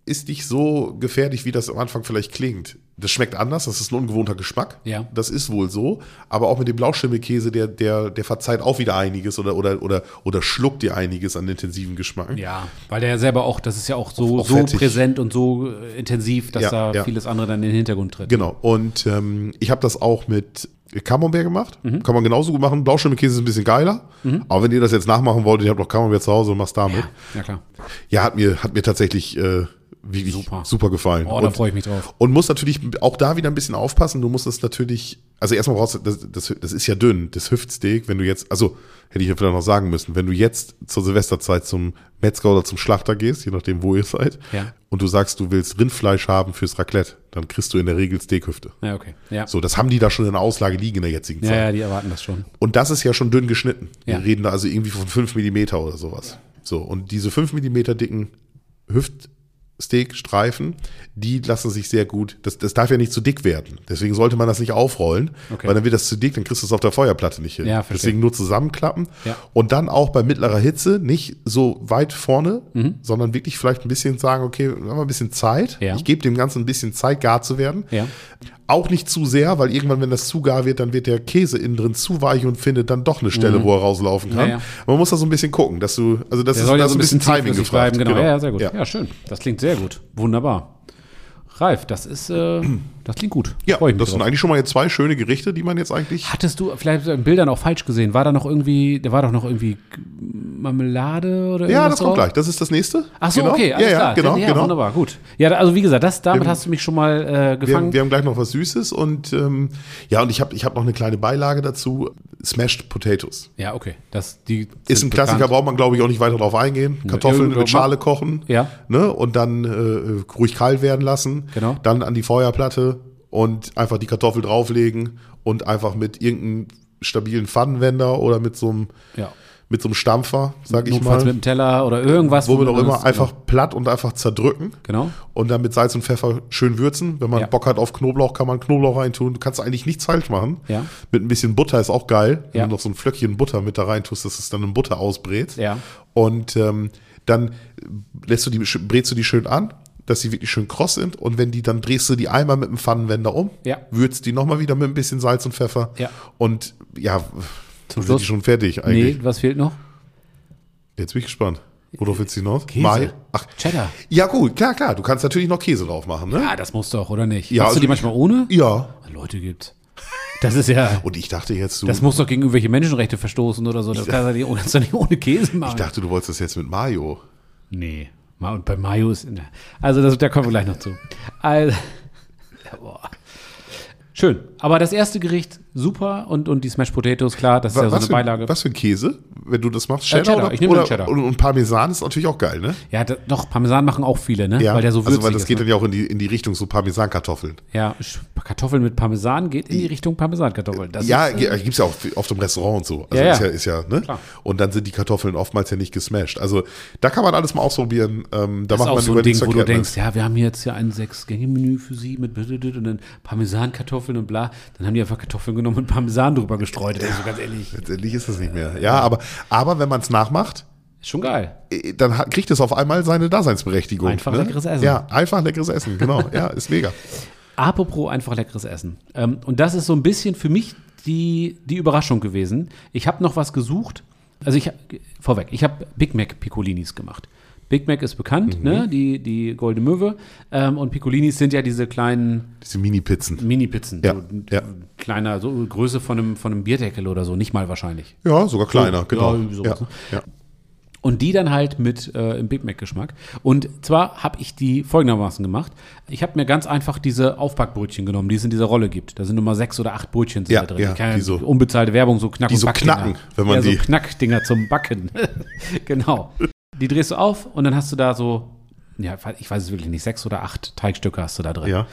ist nicht so gefährlich, wie das am Anfang vielleicht klingt. Das schmeckt anders, das ist ein ungewohnter Geschmack.
Ja.
Das ist wohl so. Aber auch mit dem Blauschimmelkäse, der, der, der verzeiht auch wieder einiges oder, oder, oder, oder schluckt dir einiges an intensiven Geschmacken.
Ja, weil der ja selber auch, das ist ja auch so,
Auch- auch
so
fettig.
präsent und so äh, intensiv, dass
Ja,
da
ja.
vieles andere dann in den Hintergrund tritt.
Genau. Und ähm, ich habe das auch mit Camembert gemacht.
Mhm.
Kann man genauso gut machen. Blauschimmelkäse ist ein bisschen geiler. Aber wenn ihr das jetzt nachmachen wollt, ich habe noch Camembert zu Hause und mach's damit.
Ja, klar.
Ja, hat, mir, hat mir tatsächlich äh, wirklich
Super.
super, gefallen.
Oh, da
Und-
freue ich mich drauf.
Und muss natürlich auch da wieder ein bisschen aufpassen. Du musst es natürlich, also erstmal brauchst du, das, das, das ist ja dünn, das Hüftsteak, wenn du jetzt, also hätte ich ja vielleicht noch sagen müssen, wenn du jetzt zur Silvesterzeit zum Metzger oder zum Schlachter gehst, je nachdem, wo ihr seid,
Ja.
und du sagst, du willst Rindfleisch haben fürs Raclette, dann kriegst du in der Regel Steakhüfte.
Ja, okay. Ja.
So, das haben die da schon in der Auslage liegen in der jetzigen Zeit.
ja, ja, die erwarten das schon.
Und das ist ja schon dünn geschnitten.
Ja.
Wir reden da also irgendwie von 5 Millimeter oder sowas. So, und diese 5 Millimeter dicken Hüft, Steakstreifen, die lassen sich sehr gut, das, das darf ja nicht zu dick werden. Deswegen sollte man das nicht aufrollen,
Okay.
weil dann wird das zu dick, dann kriegst du es auf der Feuerplatte nicht hin.
Ja, verstehe.
Deswegen nur zusammenklappen
Ja.
und dann auch bei mittlerer Hitze nicht so weit vorne, sondern wirklich vielleicht ein bisschen sagen, okay, wir haben ein bisschen Zeit.
Mhm. Ja.
Ich gebe dem Ganzen ein bisschen Zeit, gar zu werden.
Ja.
Auch nicht zu sehr, weil irgendwann, wenn das zu gar wird, dann wird der Käse innen drin zu weich und findet dann doch eine Stelle, wo er rauslaufen kann.
Mhm. Ja, ja.
Man muss da so ein bisschen gucken, dass du, also das
Der
ist
soll
da
ja
so ein bisschen, Timing
zielflüssig
gefragt.
Bleiben. Genau. Ja, ja, sehr gut.
Ja.
Ja. schön. Das klingt sehr gut. Wunderbar. Ralf, das ist, äh, das klingt gut.
Ja,
Freu ich mich
das sind
drauf.
eigentlich schon mal jetzt zwei schöne Gerichte, die man jetzt eigentlich.
Hattest du vielleicht in Bildern auch falsch gesehen? War da noch irgendwie, da war doch noch irgendwie Marmelade oder
Ja,
irgendwas
das kommt
drauf?
gleich. Das ist das nächste.
Ach so,
genau.
okay, alles
ja, ja,
klar.
Genau,
ja,
genau.
wunderbar, gut. Ja, also wie gesagt, das, damit
Wir-
hast du mich schon mal äh,
Wir
gefangen.
haben, wir haben gleich noch was Süßes und ähm, ja, und ich habe ich hab noch eine kleine Beilage dazu. Smashed Potatoes.
ja, okay. Das, die
Ist
sind
ein Klassiker,
bekannt.
braucht man, glaube ich, auch nicht weiter drauf eingehen. Kartoffeln
irgendwo-
mit Schale kochen
Ja.
ne? und dann äh, ruhig kalt werden lassen.
Genau.
Dann an die Feuerplatte und einfach die Kartoffel drauflegen und einfach mit irgendeinem stabilen Pfannenwender oder mit so einem,
Ja.
mit so einem Stampfer, sag ich
Notfalls
mal,
mit dem Teller oder irgendwas.
womit
man
auch immer,
das-
einfach platt und einfach zerdrücken.
Genau.
Und dann mit Salz und Pfeffer schön würzen. Wenn man
Ja.
Bock hat auf Knoblauch, kann man Knoblauch reintun. Du kannst eigentlich nichts falsch machen.
Ja.
Mit ein bisschen Butter ist auch geil. Wenn
Ja.
du noch so ein Flöckchen Butter mit da reintust, dass es dann in Butter ausbrät.
Ja.
Und ähm, dann lässt du die, brätst du die schön an, dass sie wirklich schön kross sind. Und wenn die, dann drehst du die einmal mit dem Pfannenwender um,
Ja.
würzt die nochmal wieder mit ein bisschen Salz und Pfeffer.
Ja.
Und ja,
Zum
sind
Schluss.
die schon fertig eigentlich.
Nee, was fehlt noch?
Jetzt bin ich gespannt. Worauf willst du hinaus?
Käse.
Mai? Ach,
Cheddar.
ja gut, klar, klar. Du kannst natürlich noch Käse drauf machen, ne?
Ah, das musst du auch, oder nicht?
Ja,
Machst
also
du die
ich-
manchmal ohne?
Ja.
Ah, Leute gibt's. Das ist ja.
Und ich dachte jetzt, du,
Das
ich
muss doch gegen irgendwelche Menschenrechte verstoßen oder so. Das kannst du nicht- kannst du nicht ohne Käse machen.
dachte, du wolltest das jetzt mit Mayo.
Nee. Ma- Und bei Mayo ist. Also, das, da kommen wir gleich noch zu. Also, ja, boah. Schön. Aber das erste Gericht super und, und die Smash Potatoes, klar, das ist ja so eine
was, für,
Beilage.
was für ein Käse, wenn du das machst?
Äh,
Cheddar?
Cheddar.
Oder,
Ich nehme
oder,
dann Cheddar.
Und, und Parmesan ist natürlich auch geil, ne?
Ja, da, doch, Parmesan machen auch viele, ne? Weil der so würzig
also, weil das
ist.
geht
ne?
dann ja auch in die, in die Richtung so Parmesankartoffeln.
Ja, Sch- Kartoffeln mit Parmesan geht in die Richtung Parmesankartoffeln. Das
Ja,
ist, äh,
gibt es ja auch oft im Restaurant und so. Also
Ja,
ist ja,
ja.
ist ja ne?
Klar.
Und dann sind die Kartoffeln oftmals ja nicht gesmashed. Also da kann man alles mal ausprobieren. Ähm, da
Das ist
macht
auch
man
so ein
über
Ding, wo du denkst, ja, wir haben hier jetzt ja ein Sechs-Gänge-Menü für Sie mit und dann Parmesankartoffeln und bla. Dann haben die einfach Kartoffeln genommen und Parmesan drüber gestreut. Also ganz ehrlich,
Letztendlich ist das nicht mehr. Ja, aber, aber wenn man es nachmacht,
ist schon geil.
äh, dann hat, kriegt es auf einmal seine Daseinsberechtigung.
Einfach
ne?
leckeres Essen.
Ja, einfach leckeres Essen, genau.
[laughs]
ja, ist mega.
Apropos einfach leckeres Essen. Ähm, und das ist so ein bisschen für mich die, die Überraschung gewesen. Ich habe noch was gesucht. Also ich hab- vorweg, ich habe Big Mac Piccolinis gemacht. Big Mac ist
Mhm.
bekannt, ne? Die, die goldene Möwe. Ähm, und Piccolinis sind ja diese kleinen
Diese Mini-Pizzen.
Mini-Pizzen.
Ja,
so,
ja.
Kleiner, so Größe von einem, von einem Bierdeckel oder so. Nicht mal wahrscheinlich.
Ja, sogar kleiner,
Ja,
genau.
irgendwie
ja,
sowas, ne?
ja.
Und die dann halt mit äh, im Big Mac-Geschmack. Und zwar habe ich die folgendermaßen gemacht. Ich habe mir ganz einfach diese Aufbackbrötchen genommen, die es in dieser Rolle gibt. Da sind nur mal sechs oder acht Brötchen sind
Ja,
da drin.
ja,
Keine
die so-
unbezahlte Werbung, so knack
die
und
so
Backdinger.
knacken, wenn man
ja,
die-
so Knackdinger zum Backen. [laughs] genau. Die drehst du auf und dann hast du da so, ja, ich weiß es wirklich nicht, sechs oder acht Teigstücke hast du da drin.
Ja.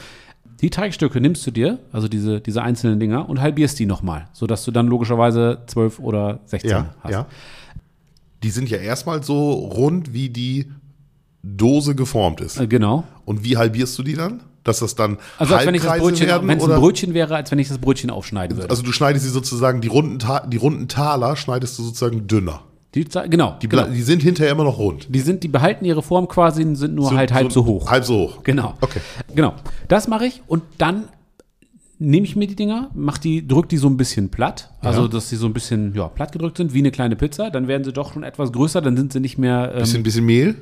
Die Teigstücke nimmst du dir, also diese, diese einzelnen Dinger, und halbierst die nochmal, sodass du dann logischerweise zwölf oder 16
Ja,
hast.
ja. Die sind ja erstmal so rund, wie die Dose geformt ist.
Äh, Genau.
Und wie halbierst du die dann? Dass das dann
Also als wenn ich das
Halbkreise
Brötchen,
werden
wenn es ein
oder-
Brötchen wäre, als wenn ich das Brötchen aufschneiden würde.
Also du schneidest sie sozusagen, die runden, Ta die runden Taler schneidest du sozusagen dünner.
die, Ze- genau, die,
also Die,
genau.
ble- die sind hinterher immer noch rund.
die sind, die behalten ihre Form quasi, sind nur halt halb so hoch.
Halb so hoch.
Genau.
Okay.
Genau. Das mache ich und dann nehme ich mir die Dinger, mach die, drück die so ein bisschen platt, also
Ja.
dass sie so ein bisschen ja, platt gedrückt sind, wie eine kleine Pizza. Dann werden sie doch schon etwas größer, dann sind sie nicht mehr. Ähm,
Bisschen, bisschen Mehl?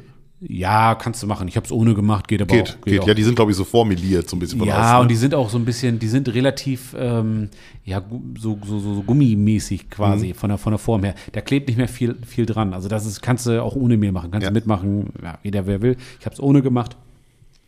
ja, kannst du machen. Ich habe es ohne gemacht, geht aber
Geht,
auch.
geht.
auch.
Ja, die sind, glaube ich, so formeliert, so ein bisschen von
Ja,
außen.
und die sind auch so ein bisschen, die sind relativ ähm, ja, gu- so, so, so, so gummimäßig quasi
Mhm.
von, der, von der Form her. Da klebt nicht mehr viel, viel dran. Also das ist, kannst du auch ohne Mehl machen, kannst
Ja.
du mitmachen, ja, jeder wer will. Ich habe es ohne gemacht.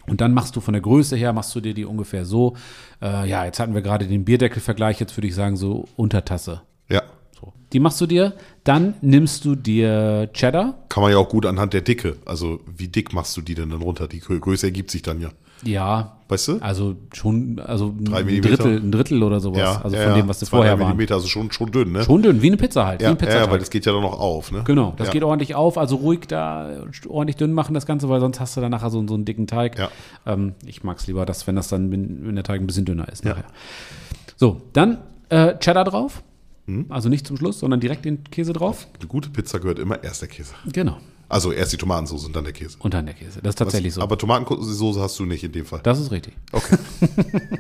Und dann machst du von der Größe her, machst du dir die ungefähr so. Äh, ja, jetzt hatten wir gerade den Bierdeckelvergleich, jetzt würde ich sagen, so Untertasse.
Ja.
So. Die machst du dir, dann nimmst du dir Cheddar,
Kann man ja auch gut anhand der Dicke. Also wie dick machst du die denn dann runter? Die Grö- Größe ergibt sich dann ja.
Ja,
Weißt du?
also schon, also ein
Drei Millimeter.
Drittel, ein Drittel oder sowas. also von dem, was du
Zwei,
vorher
drei
waren.
Millimeter, also schon, schon dünn, ne?
Schon dünn, wie eine Pizza halt, wie
ja,
ein Pizzateig.
ja, weil das geht ja dann noch auf, ne?
Genau, das
ja.
geht ordentlich auf, also ruhig da ordentlich dünn machen das Ganze, weil sonst hast du dann nachher so, so einen dicken Teig.
Ja.
Ähm, ich mag es lieber, dass, wenn das dann, wenn, wenn der Teig ein bisschen dünner ist nachher. So, dann äh, Cheddar drauf.
Hm?
Also nicht zum Schluss, sondern direkt den Käse drauf.
Eine gute Pizza gehört immer erst der Käse.
Genau.
Also erst die Tomatensauce und dann der Käse.
Und dann der Käse. Das ist tatsächlich so.
Aber Tomatensoße hast du nicht in dem Fall.
Das ist richtig. Okay. [laughs]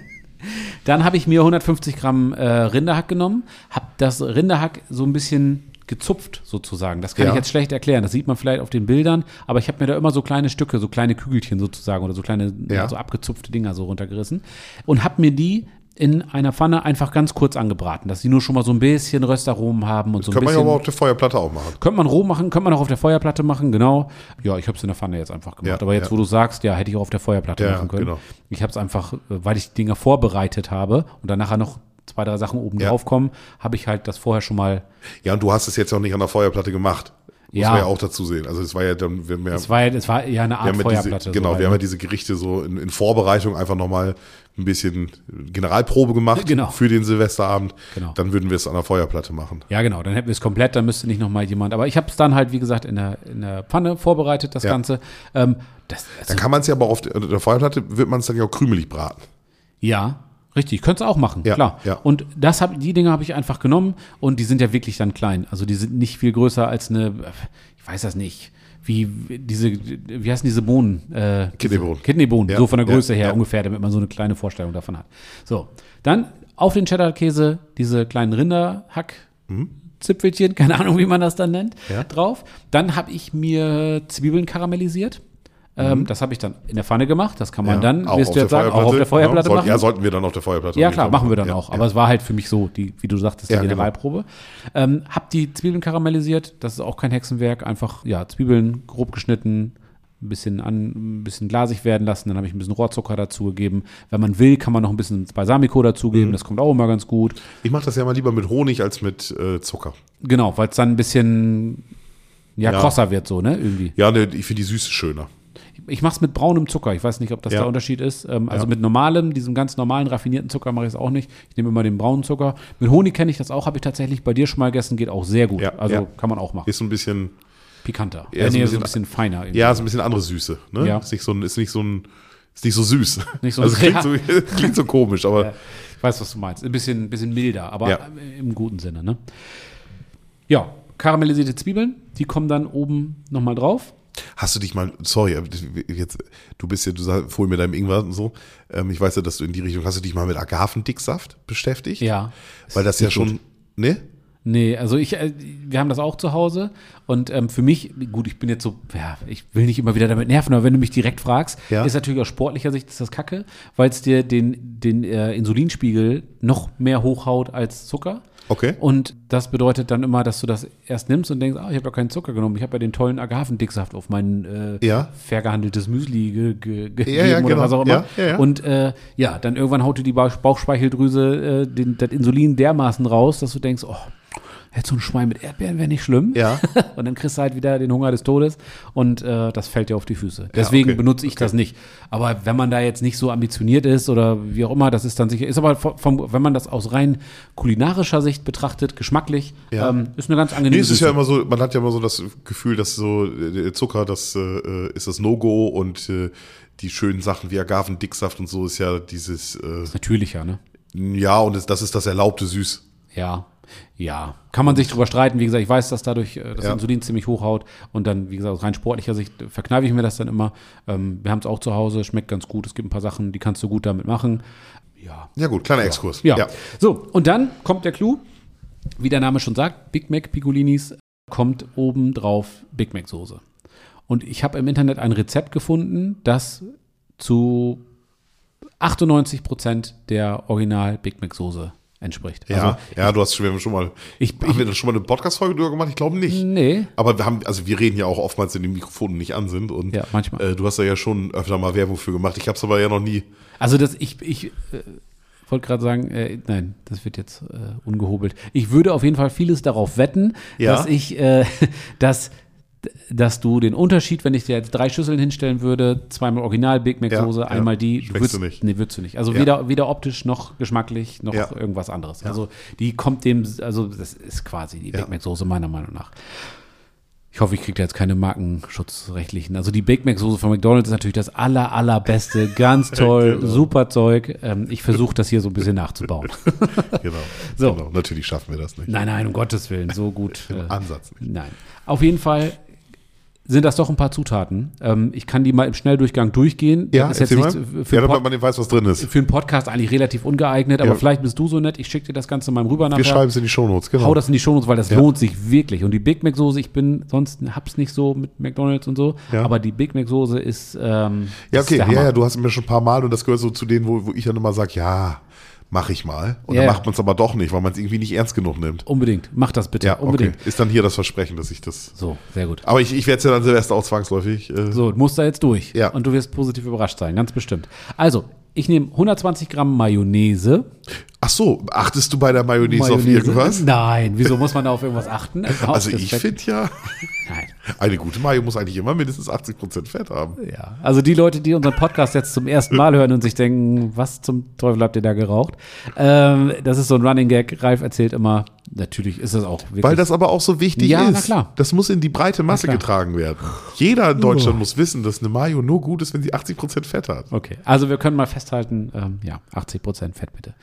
Dann habe ich mir 150 Gramm äh, Rinderhack genommen, habe das Rinderhack so ein bisschen gezupft sozusagen. Das kann
Ja.
ich jetzt schlecht erklären. Das sieht man vielleicht auf den Bildern, aber ich habe mir da immer so kleine Stücke, so kleine Kügelchen sozusagen oder so kleine
Ja.
so abgezupfte Dinger so runtergerissen und habe mir die in einer Pfanne einfach ganz kurz angebraten, dass die nur schon mal so ein bisschen Röstaromen haben und so ein
Kann man ja
bisschen.
aber auf der Feuerplatte auch machen.
Könnte man roh machen, könnte man auch auf der Feuerplatte machen, genau. Ja, ich habe es in der Pfanne jetzt einfach gemacht.
Ja,
Aber jetzt,
ja.
wo du sagst, ja, hätte ich auch auf der Feuerplatte
Ja,
machen können.
genau.
Ich habe es einfach, äh, weil ich die Dinger vorbereitet habe und dann nachher noch zwei, drei Sachen oben
Ja.
drauf kommen, habe ich halt das vorher schon mal.
Ja, und du hast es jetzt auch nicht an der Feuerplatte gemacht. Muss
Ja.
man ja auch dazu sehen. Also es war ja dann, wir haben ja,
Es war, ja- es war ja eine
wir
Art
haben ja
Feuerplatte. ne?
diese, genau,
so,
wir haben ja
weil-
diese Gerichte so in, in Vorbereitung einfach nochmal ein bisschen Generalprobe gemacht
Genau.
für den Silvesterabend.
Genau.
Dann würden wir es an der Feuerplatte machen.
ja, genau, dann hätten wir es komplett, dann müsste nicht nochmal jemand. Aber ich habe es dann halt, wie gesagt, in der, in der Pfanne vorbereitet, das
Ja.
Ganze. Ähm, das,
Dann kann man es ja aber auf der, an der Feuerplatte, wird man es dann ja auch krümelig braten.
Ja, richtig. Könntest du auch machen,
Ja,
klar.
ja.
Und das hab, die Dinge habe ich einfach genommen und die sind ja wirklich dann klein. Also die sind nicht viel größer als eine, ich weiß das nicht, wie diese, wie heißen diese Bohnen? Äh,
Kidneybohnen.
Kidneybohnen,
Ja,
so von der
ja,
Größe her
ja.
ungefähr, damit man so eine kleine Vorstellung davon hat. So, dann auf den Cheddar-Käse diese kleinen Rinderhack. Zipfelchen, [laughs] keine Ahnung, wie man das dann nennt,
Ja.
drauf. Dann habe ich mir Zwiebeln karamellisiert. Ähm, das habe ich dann in der Pfanne gemacht. Das kann man dann,
Mhm. auch
wirst
auf
du
der
jetzt sagen, auch auf der Feuerplatte
genau. Soll-
machen.
Ja, sollten wir dann auf der Feuerplatte
Ja,
auf jeden
klar,
Fall
machen wir dann
Ja,
auch.
ja.
Aber es war halt für mich so, die, wie du sagtest, die
Ja, genau.
Generalprobe. Ähm, hab die Zwiebeln karamellisiert, das ist auch kein Hexenwerk, einfach ja, Zwiebeln grob geschnitten, ein bisschen an, ein bisschen glasig werden lassen, dann habe ich ein bisschen Rohrzucker dazugegeben. Wenn man will, kann man noch ein bisschen Balsamico dazugeben,
Mhm.
das kommt auch immer ganz gut.
Ich mache das ja mal lieber mit Honig als mit äh, Zucker.
Genau, weil es dann ein bisschen ja,
Ja.
krosser wird so, ne, irgendwie.
Ja, ne, ich finde die Süße schöner.
Ich mache es mit braunem Zucker. Ich weiß nicht, ob das
Ja.
der Unterschied ist. Ähm, also
Ja.
mit normalem, diesem ganz normalen, raffinierten Zucker mache ich es auch nicht. Ich nehme immer den braunen Zucker. Mit Honig kenne ich das auch, habe ich tatsächlich bei dir schon mal gegessen, geht auch sehr gut.
Ja,
also
ja.
kann man auch machen.
Ist so ein bisschen,
Pikanter.
Ja, so
äh, nee,
ein
so ein
bisschen-
bisschen feiner. irgendwie.
ja, ist ein bisschen andere Süße. Ne?
Ja.
Ist nicht so ein, ist nicht so ein, ist nicht so süß.
Nicht so-
[laughs] also es
Ja.
klingt, so, klingt so komisch, aber
Ich weiß, was du meinst. Ein bisschen, bisschen milder, aber
Ja.
im guten Sinne. Ne? Ja, karamellisierte Zwiebeln, die kommen dann oben nochmal drauf.
hast du dich mal, sorry, aber jetzt, du bist ja, du sag- vorhin mit deinem Ingwer und so, ähm, ich weiß ja, dass du in die Richtung, hast du dich mal mit Agavendicksaft beschäftigt?
Ja.
Weil das ja schon, ne?
Nee, also ich, äh, wir haben das auch zu Hause und ähm, für mich, gut, ich bin jetzt so, ja, ich will nicht immer wieder damit nerven, aber wenn du mich direkt fragst,
Ja.
ist natürlich aus sportlicher Sicht ist das Kacke, weil es dir den, den äh, Insulinspiegel noch mehr hochhaut als Zucker.
Okay.
Und das bedeutet dann immer, dass du das erst nimmst und denkst, ah, ich habe ja keinen Zucker genommen, ich habe ja den tollen Agavendicksaft auf mein äh,
Ja.
fair gehandeltes Müsli ge ge gegeben
ja,
oder
genau.
was auch immer.
Ja, ja, ja.
Und äh, ja, dann irgendwann haut dir die Bauch- Bauchspeicheldrüse äh, den, das Insulin dermaßen raus, dass du denkst, oh, jetzt so ein Schwein mit Erdbeeren wäre nicht schlimm.
Ja.
[laughs] und dann kriegst du halt wieder den Hunger des Todes und äh, das fällt dir auf die Füße. Deswegen
okay.
benutze ich das nicht. Aber wenn man da jetzt nicht so ambitioniert ist oder wie auch immer, das ist dann sicher, ist aber vom, vom, wenn man das aus rein kulinarischer Sicht betrachtet, geschmacklich,
Ja.
ähm, ist eine ganz
Nee,
angenehme
es ist
Süße.
ja immer so, man hat ja immer so das Gefühl, dass so äh, Zucker, das äh, ist das No-Go und äh, die schönen Sachen wie Agavendicksaft und so ist ja dieses, äh,
Natürlicher, ne?
ja, und das- das ist das erlaubte Süß.
Ja, ja. Kann man sich drüber streiten. Wie gesagt, ich weiß, dass dadurch äh, das
Ja.
Insulin ziemlich hochhaut. Und dann, wie gesagt, aus rein sportlicher Sicht äh, verkneife ich mir das dann immer. Ähm, wir haben es auch zu Hause, schmeckt ganz gut. Es gibt ein paar Sachen, die kannst du gut damit machen. Ja.
Ja gut, kleiner Exkurs.
Ja. So, und dann kommt der Clou. Wie der Name schon sagt, Big Mac Piccolinis kommt obendrauf Big Mac Soße. Und ich habe im Internet ein Rezept gefunden, das zu 98 Prozent der Original Big Mac Soße entspricht.
Ja, ja, du hast schon, wir haben schon mal,
Also Ich-
haben wir da schon mal eine Podcast-Folge drüber gemacht? Ich glaube nicht.
Nee.
Aber wir haben, also wir reden ja auch oftmals in den Mikrofonen nicht an sind und
Ja, manchmal.
Äh, du hast da ja schon öfter mal Werbung für gemacht. Ich habe es aber ja noch
[laughs]
nie.
Also das, ich, ich äh, wollte gerade sagen, äh, nein, das wird jetzt äh, ungehobelt. Ich würde auf jeden Fall vieles darauf wetten,
Ja.
[laughs] dass ich, äh, dass dass du den Unterschied, wenn ich dir jetzt drei Schüsseln hinstellen würde, zweimal Original Big Mac
Ja,
Soße,
ja.
einmal die,
Schmeckst
würdest-
du nicht.
Nee, würdest du nicht. Also
Ja.
weder, weder optisch noch geschmacklich noch
Ja.
irgendwas anderes. Also die kommt dem, also das ist quasi die
Ja.
Big Mac Soße meiner Meinung nach. Ich hoffe, ich kriege da jetzt keine markenschutzrechtlichen. Also die Big Mac Soße von McDonald's ist natürlich das
[laughs]
aller allerbeste, ganz toll, super Zeug. Ähm, ich versuche das hier so ein
[laughs]
bisschen nachzubauen.
Genau.
So.
genau. Natürlich schaffen wir das nicht.
Nein, nein, um Gottes Willen, so gut. äh,
Im Ansatz nicht.
Nein. Auf jeden Fall sind das doch ein paar Zutaten. Ähm, ich kann die mal im Schnelldurchgang durchgehen.
Ja,
das ist jetzt
erzähl
nicht
mal.
für,
ja,
einen
damit
Pod-
man den weiß, was drin ist.
für einen Podcast eigentlich relativ ungeeignet, aber
Ja.
vielleicht bist du so nett. Ich schicke dir das Ganze mal rüber
Wir
nachher.
schreiben es in die Shownotes, genau.
Hau das in die Shownotes, weil das
Ja.
lohnt sich wirklich. Und die Big Mac Soße, ich bin sonst hab's nicht so mit McDonalds und so,
Ja.
aber die Big Mac Soße ist, ähm,
ja,
ist
okay,
der Hammer.
ja, ja, du hast mir schon ein paar Mal und das gehört so zu denen, wo, wo ich dann immer sage, ja, mach ich mal. Und
Ja,
dann
ja.
macht man es aber doch nicht, weil man es irgendwie nicht ernst genug nimmt.
Unbedingt, mach das bitte,
Ja, okay.
unbedingt.
Ist dann hier das Versprechen, dass ich das.
So, sehr gut.
Aber ich, ich werde es ja dann Silvester auch zwangsläufig. Äh,
So, du musst da jetzt durch.
Ja.
Und du wirst positiv überrascht sein, ganz bestimmt. Also, ich nehme 120 Gramm Mayonnaise.
Ach so, achtest du bei der Mayonnaise, auf
[laughs]
irgendwas?
Nein, wieso muss man da auf irgendwas achten?
Also
Aus
ich
Respekt.
finde ja,
Nein.
eine gute Mayo muss eigentlich immer mindestens 80% Fett haben.
Ja. Also die Leute, die unseren Podcast jetzt zum ersten Mal hören und sich denken, was zum Teufel habt ihr da geraucht? Ähm, das ist so ein Running Gag. Ralf erzählt immer, natürlich ist das auch wirklich.
Weil das aber auch so wichtig
Ja, na
ist.
klar.
Das muss in die breite Masse
klar. Oh.
getragen werden. Jeder in Deutschland muss wissen, dass eine Mayo nur gut ist, wenn sie 80% Fett hat.
okay. Also wir können mal festhalten, ähm, ja, 80 Prozent Fett bitte.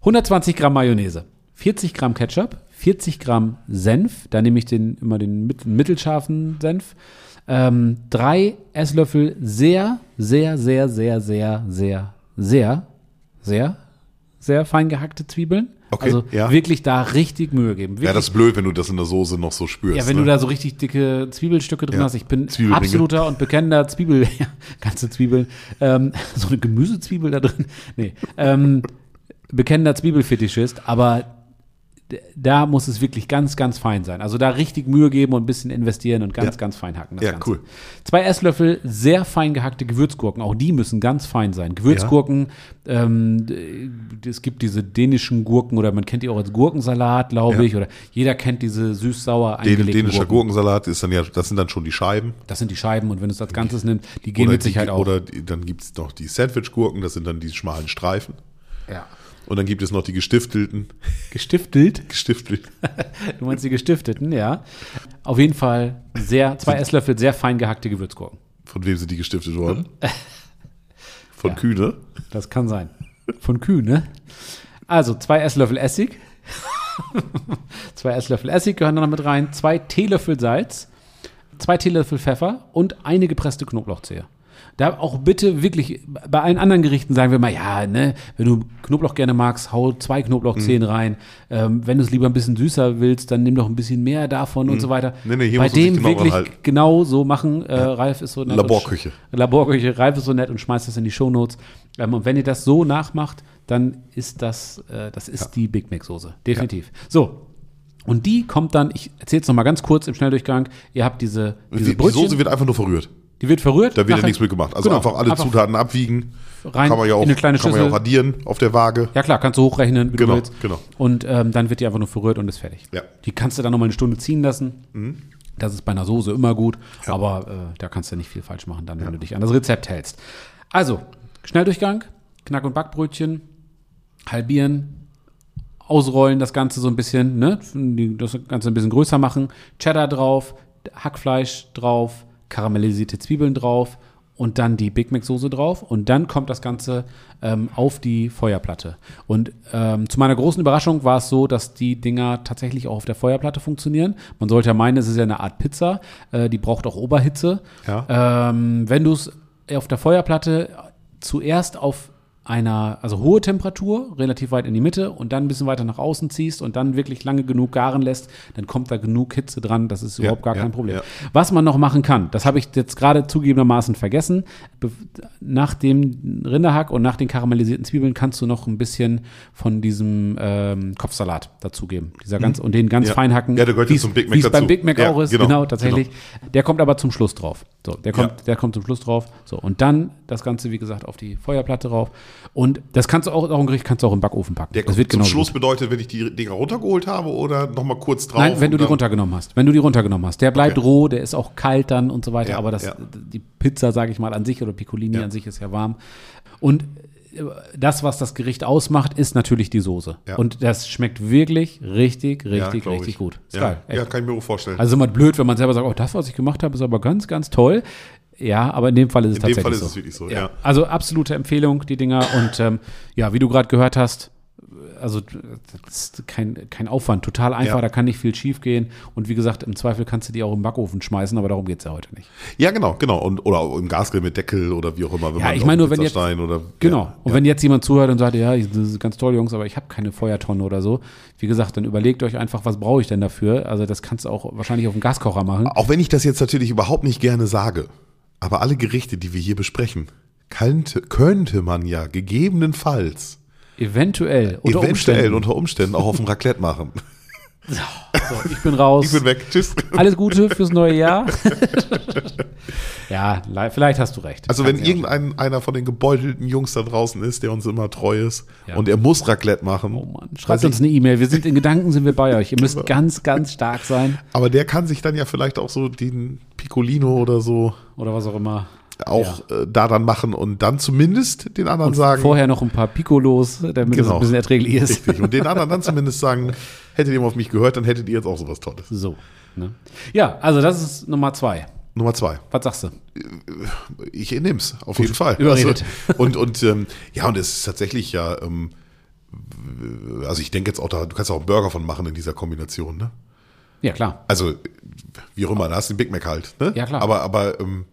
120 Gramm Mayonnaise, 40 Gramm Ketchup, 40 Gramm Senf. Da nehme ich den immer den mit- mittelscharfen Senf. Ähm, drei Esslöffel sehr, sehr, sehr, sehr, sehr, sehr, sehr, sehr, sehr fein gehackte Zwiebeln.
Okay,
also
ja.
wirklich da richtig Mühe geben. Wirklich
Ja, das ist blöd, wenn du das in der Soße noch so spürst.
ja, wenn
ne?
du da so richtig dicke Zwiebelstücke drin
Ja,
hast, ich bin
Zwiebelringe.
absoluter und bekennender Zwiebel, [laughs] ja, ganze Zwiebeln, ähm, [laughs] so eine Gemüsezwiebel da drin, nee, ähm, bekennender Zwiebelfetischist, aber d- da muss es wirklich ganz, ganz fein sein. Also da richtig Mühe geben und ein bisschen investieren und
Ja.
ganz, ganz fein hacken.
Ja, cool.
Zwei Esslöffel sehr fein gehackte Gewürzgurken, auch die müssen ganz fein sein. Gewürzgurken, ähm, d- es gibt diese dänischen Gurken oder man kennt die auch als Gurkensalat, glaube
Ja.
ich, oder jeder kennt diese süß-sauer
Den,
eingelegten
dänischer
Gurken.
Gurkensalat ist dann ja, das sind dann schon die Scheiben.
Das sind die Scheiben und wenn du es als Ganzes nimmst, die gehen mit
die,
Sicherheit auch.
Oder die, dann gibt es noch die Sandwich-Gurken, das sind dann die schmalen Streifen.
ja.
Und dann gibt es noch die gestiftelten, [laughs]
Gestiftelt.
gestiftelten.
Du meinst die gestifteten, ja. Auf jeden Fall
[laughs]
sehr, zwei Esslöffel sehr fein gehackte Gewürzgurken.
Von wem sind die gestiftet
[laughs]
worden? Von Kühne.
Das kann sein. Von Kühe, ne? Also zwei Esslöffel Essig. [laughs] zwei Esslöffel Essig gehören da noch mit rein. Zwei Teelöffel Salz. Zwei Teelöffel Pfeffer und eine gepresste Knoblauchzehe. Da auch bitte wirklich, bei allen anderen Gerichten sagen wir mal, ja, ne, wenn du Knoblauch gerne magst, hau zwei Knoblauchzehen
Mhm.
rein. Ähm, wenn du es lieber ein bisschen süßer willst, dann nimm doch ein bisschen mehr davon und so weiter.
Mhm. Nee, nee, hier
bei
muss man sich
dem
genau dran
wirklich
halten.
genau so machen. Äh, Ralf ist so nett und-
Laborküche.
Laborküche, Ralf ist so nett und schmeißt das in die Shownotes. Ähm, und wenn ihr das so nachmacht, dann ist das, äh, das ist die Big Mac-Soße. Definitiv. So. Und die kommt dann, ich erzähle es nochmal ganz kurz im Schnelldurchgang, ihr habt diese, diese
Die, die
Brötchen,
Soße wird einfach nur verrührt.
die wird verrührt.
Da wird ja
nachher-
nichts mit gemacht. Also
Genau,
einfach alle Zutaten abwiegen.
rein
kann man ja auch,
in eine kleine
kann man ja auch
Schüssel.
addieren auf der Waage.
Ja klar, kannst du hochrechnen, wie
Genau,
du willst.
genau.
Und ähm, dann wird die einfach nur verrührt und ist fertig.
Ja. Mhm.
Die kannst du dann nochmal eine Stunde ziehen lassen. Das ist bei einer Soße immer gut, aber äh, da kannst du nicht viel falsch machen, dann, wenn du dich an das Rezept hältst. Also, Schnelldurchgang, Knack- und Backbrötchen, halbieren, ausrollen das Ganze so ein bisschen, ne? die- das Ganze ein bisschen größer machen, Cheddar drauf, Hackfleisch drauf, karamellisierte Zwiebeln drauf und dann die Big Mac Soße drauf und dann kommt das Ganze ähm, auf die Feuerplatte. Und ähm, zu meiner großen Überraschung war es so, dass die Dinger tatsächlich auch auf der Feuerplatte funktionieren. Man sollte ja meinen, es ist ja eine Art Pizza, äh, die braucht auch Oberhitze.
Ja.
Ähm, wenn du es auf der Feuerplatte zuerst auf einer, also hohe Temperatur, relativ weit in die Mitte und dann ein bisschen weiter nach außen ziehst und dann wirklich lange genug garen lässt, dann kommt da genug Hitze dran, das ist überhaupt gar
ja,
kein Problem.
ja.
Was man noch machen kann, das habe ich jetzt gerade zugegebenermaßen vergessen, Be nach dem Rinderhack und nach den karamellisierten Zwiebeln kannst du noch ein bisschen von diesem ähm, Kopfsalat dazugeben, dieser ganz, und den ganz
Mhm. Ja.
fein hacken,
Ja, der gehört ja
wie's-
zum Big Mac
wie's beim
dazu.
Big Mac
Ja,
auch ist, genau,
genau,
tatsächlich. Der kommt aber zum Schluss drauf. So, der kommt,
Ja.
der kommt zum Schluss drauf. So, und dann das Ganze, wie gesagt, auf die Feuerplatte rauf. Und das kannst du auch, auch im Gericht kannst du auch im Backofen packen.
Der
das wird
zum
genauso
Schluss
gut.
bedeutet, wenn ich die Dinger runtergeholt habe oder nochmal kurz drauf.
Nein, wenn du
und
die
dann-
runtergenommen hast. Wenn du die runtergenommen hast. Der bleibt
Okay.
roh, der ist auch kalt dann und so weiter.
Ja,
aber das,
ja.
die Pizza, sage ich mal, an sich oder Piccolini
Ja.
an sich ist ja warm. Und äh, das, was das Gericht ausmacht, ist natürlich die Soße.
Ja.
Und das schmeckt wirklich richtig,
Ja,
richtig,
glaub
richtig
ich.
gut. Ist
Ja,
geil. Echt.
ja, kann ich mir auch vorstellen.
Also ist immer blöd, wenn man selber sagt, oh, das, was ich gemacht habe, ist aber ganz, ganz toll. Ja, aber in dem Fall ist es
In dem
tatsächlich
Fall ist
so.
es wirklich so, ja.
Also absolute Empfehlung, die Dinger. Und ähm, ja, wie du gerade gehört hast, also das ist kein, kein Aufwand, total einfach,
Ja.
da kann nicht viel schief gehen. Und wie gesagt, im Zweifel kannst du die auch im Backofen schmeißen, aber darum geht es ja heute nicht.
ja, genau, genau. Und, oder auch im Gasgrill mit Deckel oder wie auch immer. Wenn
Ja, ich
auf
meine
dem
nur, wenn jetzt-
Pizzastein Oder,
Genau.
Ja,
und wenn jetzt jemand zuhört und sagt, ja, ich- das ist ganz toll, Jungs, aber ich habe keine Feuertonne oder so, wie gesagt, dann überlegt euch einfach, was brauche ich denn dafür? Also das kannst du auch wahrscheinlich auf dem Gaskocher machen.
Auch wenn ich das jetzt natürlich überhaupt nicht gerne sage, aber alle Gerichte, die wir hier besprechen, könnte, könnte man ja gegebenenfalls
Eventuell. Unter
[laughs] eventuell
Umständen.
unter Umständen auch auf dem Raclette
[laughs]
machen.
so, ich bin raus.
Ich bin weg. Tschüss.
Alles Gute fürs neue Jahr. [laughs] ja, le- vielleicht hast du recht.
Also
Kann
wenn
ich auch-
irgendein einer von den gebeutelten Jungs da draußen ist, der uns immer treu ist
Ja.
und er muss Raclette machen,
Oh Mann, schreibt uns eine E-Mail. Wir sind in Gedanken, sind wir bei euch. Ihr müsst ganz, ganz stark sein
aber der kann sich dann ja vielleicht auch so den Piccolino oder so
oder was auch immer.
auch äh, da dann machen und dann zumindest den anderen sagen, [laughs]
Vorher noch ein paar Piccolos, damit es
Genau.
ein bisschen erträglich ist.
richtig, und den anderen dann zumindest sagen, hättet ihr mal auf mich gehört, dann hättet ihr jetzt auch sowas Tolles.
[laughs] So. Ne? Ja, also das ist Nummer zwei.
Nummer zwei.
Was sagst du?
ich nehm's, auf jeden Fall.
überredet.
Also, und und ähm, ja, und es ist tatsächlich ja, ähm, äh, also ich denke jetzt auch da, du kannst auch einen Burger von machen in dieser Kombination, ne?
Ja, klar.
Also, wie auch immer, da hast du den Big Mac halt, ne?
Ja, klar.
Aber, aber ähm,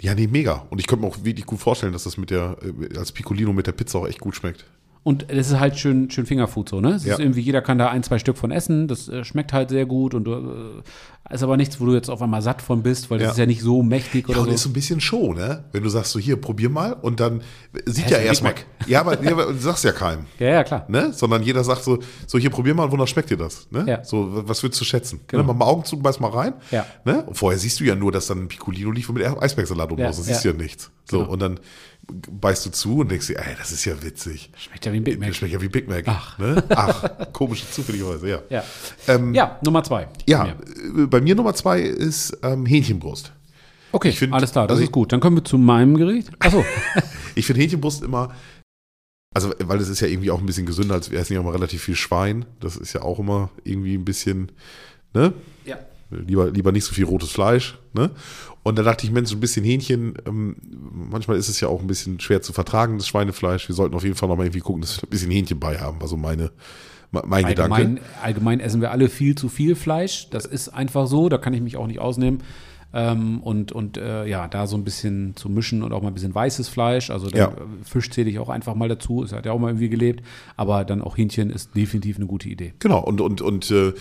ja, nee, mega. Und ich könnte mir auch wirklich gut vorstellen, dass das mit der, äh, als Piccolino mit der Pizza auch echt gut schmeckt.
Und es ist halt schön, schön Fingerfood so, ne? Es
Ja.
ist irgendwie, jeder kann da ein, zwei Stück von essen. Das äh, schmeckt halt sehr gut und äh, ist aber nichts, wo du jetzt auf einmal satt von bist, weil das
Ja.
ist ja nicht so mächtig
Ja,
oder
und
so.
ist so ein bisschen Show, ne? Wenn du sagst, so hier, probier mal und dann sieht
ist
ja
ein Big
erstmal.
Mac.
[laughs] Ja, aber, ja, aber du sagst ja keinem.
Ja, ja, klar.
ne? Sondern jeder sagt so, so hier probier mal, wonach schmeckt dir das? Ne?
Ja.
So, w- was würdest du schätzen?
Genau.
Ne? Mach mal Augen zu, beiß mal rein.
Ja.
Ne? Und vorher siehst du ja nur, dass dann ein Piccolino lief und mit Eisbergsalat oben
Ja,
raus. Dann siehst du
ja. Genau.
ja nichts. So, und dann beißt du zu und denkst dir, ey, das ist ja witzig.
Schmeckt ja wie ein Big Mac.
Das schmeckt ja wie Big Mac.
Ach.
Ne? Ach, komische zufälligerweise, ja.
Ja.
Ähm,
ja, Nummer zwei.
Ja,
Ja.
äh, bei mir Nummer zwei ist ähm, Hähnchenbrust.
Okay,
Ich find-
alles klar, das
also
ist
ich-
gut. Dann kommen wir zu meinem Gericht.
[laughs]
Achso,
Ich finde Hähnchenbrust immer, also weil es ist ja irgendwie auch ein bisschen gesünder, als wir essen ja immer relativ viel Schwein. Das ist ja auch immer irgendwie ein bisschen, ne?
ja.
lieber, lieber nicht so viel rotes Fleisch. Ne? Und da dachte ich, Mensch, so ein bisschen Hähnchen, ähm, manchmal ist es ja auch ein bisschen schwer zu vertragen, das Schweinefleisch. Wir sollten auf jeden Fall nochmal irgendwie gucken, dass wir ein bisschen Hähnchen bei haben, war so meine, me- mein Gedanke.
Allgemein, allgemein essen wir alle viel zu viel Fleisch. Das ist einfach so, da kann ich mich auch nicht ausnehmen. Ähm, und und äh, ja, da so ein bisschen zu mischen und auch mal ein bisschen weißes Fleisch. Also dann,
Ja.
äh, Fisch zähle ich auch einfach mal dazu. Es hat ja auch mal irgendwie gelebt. Aber dann auch Hähnchen ist definitiv eine gute Idee.
Genau, und, und, und äh,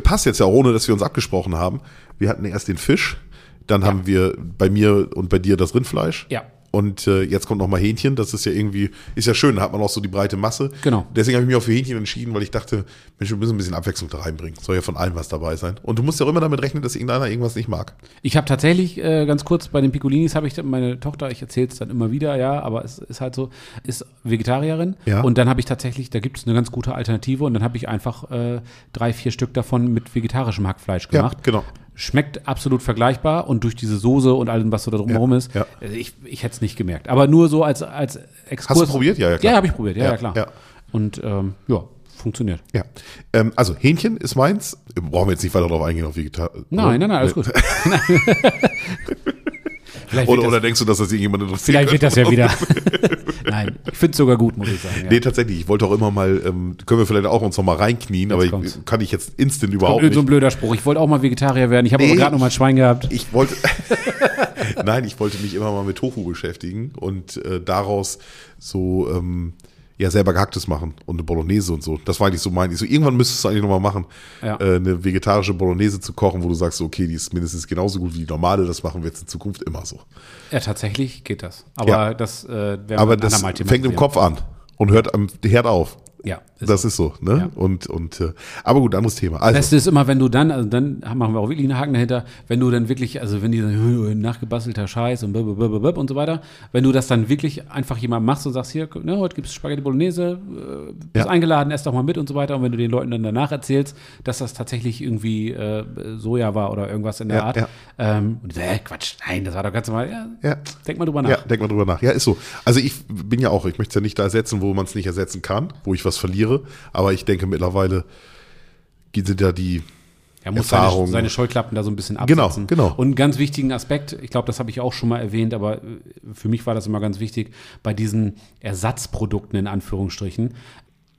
passt jetzt ja auch, ohne dass wir uns abgesprochen haben. Wir hatten erst den Fisch, dann haben wir bei mir und bei dir das Rindfleisch.
Ja.
Und äh, jetzt kommt nochmal Hähnchen, das ist ja irgendwie, ist ja schön, da hat man auch so die breite Masse.
Genau.
Deswegen habe ich mich auch für Hähnchen entschieden, weil ich dachte, Mensch, wir müssen ein bisschen Abwechslung da reinbringen. Soll ja von allem was dabei sein. Und du musst ja auch immer damit rechnen, dass irgendeiner irgendwas nicht mag.
Ich habe tatsächlich äh, ganz kurz bei den Piccolinis habe ich dann- meine Tochter, ich erzähle es dann immer wieder, ja, aber es ist halt so, ist Vegetarierin
Ja.
und dann habe ich tatsächlich, da gibt es eine ganz gute Alternative und dann habe ich einfach äh, drei, vier Stück davon mit vegetarischem Hackfleisch gemacht.
genau.
Schmeckt absolut vergleichbar und durch diese Soße und allem, was so da drumherum ist,
ja.
also ich, ich hätte es nicht gemerkt. Aber nur so als, als Exkurs.
probiert? Ja, ja,
klar.
klar.
Ja, habe ich probiert, ja, ja,
Ja,
klar.
ja.
Und ähm, ja, funktioniert.
Ja. Ähm, also Hähnchen ist meins. Äh, Brauchen wir jetzt nicht weiter darauf eingehen, auf Vegetar.
Nein, nein, nein, alles gut. [laughs]
[laughs]
Vielleicht wird
Oder,
das-
oder denkst du, dass das irgendjemand interessiert?
Vielleicht wird
könnte?
das
[laughs]
ja wieder. Nein, ich finde es sogar gut, muss ich sagen. Ja.
Nee, tatsächlich. Ich wollte auch immer mal, ähm, können wir vielleicht auch uns nochmal reinknien, aber
kommt's.
ich, kann ich jetzt instant überhaupt
Irgend so ein
nicht.
blöder Spruch. Ich wollte auch mal Vegetarier werden. Ich habe
Nee.
aber gerade noch mal ein Schwein gehabt.
Ich wollte, [laughs] nein, ich wollte mich immer mal mit Tofu beschäftigen und äh, daraus so, ähm, ja, selber gehacktes machen und eine Bolognese und so. Das war eigentlich so mein, ich so, irgendwann müsstest du eigentlich nochmal machen,
Ja.
äh, eine vegetarische Bolognese zu kochen, wo du sagst, so, okay, die ist mindestens genauso gut wie die normale, das machen wir jetzt in Zukunft immer so.
Ja, tatsächlich geht das. Aber
Ja.
das äh, werden
Aber
ein
das
andermal thematisieren.
fängt im Kopf an und hört am Herd auf.
Ja, ist
das ist so, ne? Und, und, äh, aber gut, anderes Thema. Also,
Beste ist immer, wenn du dann, also dann machen wir auch wirklich einen Haken dahinter, wenn du dann wirklich, also wenn die [laughs] sagen, nachgebastelter Scheiß und blablabla und so weiter, wenn du das dann wirklich einfach jemand machst und sagst, hier, ne, heute gibt's Spaghetti Bolognese, äh, bist
Ja.
eingeladen, ess doch mal mit und so weiter. Und wenn du den Leuten dann danach erzählst, dass das tatsächlich irgendwie äh, Soja war oder irgendwas in der
Ja,
Art,
ja.
Ähm, und die sagen, äh, Quatsch, nein, das war doch ganz normal. Ja,
Ja.
Denk mal drüber nach.
ja, denk mal drüber nach. Ja, ist so. Also ich bin ja auch, ich möchte es ja nicht da ersetzen, wo man es nicht ersetzen kann, wo ich was verliere. Aber ich denke mittlerweile sind ja die,
Er muss
Erfahrung.
seine, seine Scheuklappen da so ein bisschen
Genau,
absetzen.
genau.
Und einen ganz wichtigen Aspekt, ich glaube, das habe ich auch schon mal erwähnt, aber äh, für mich war das immer ganz wichtig, bei diesen Ersatzprodukten in Anführungsstrichen,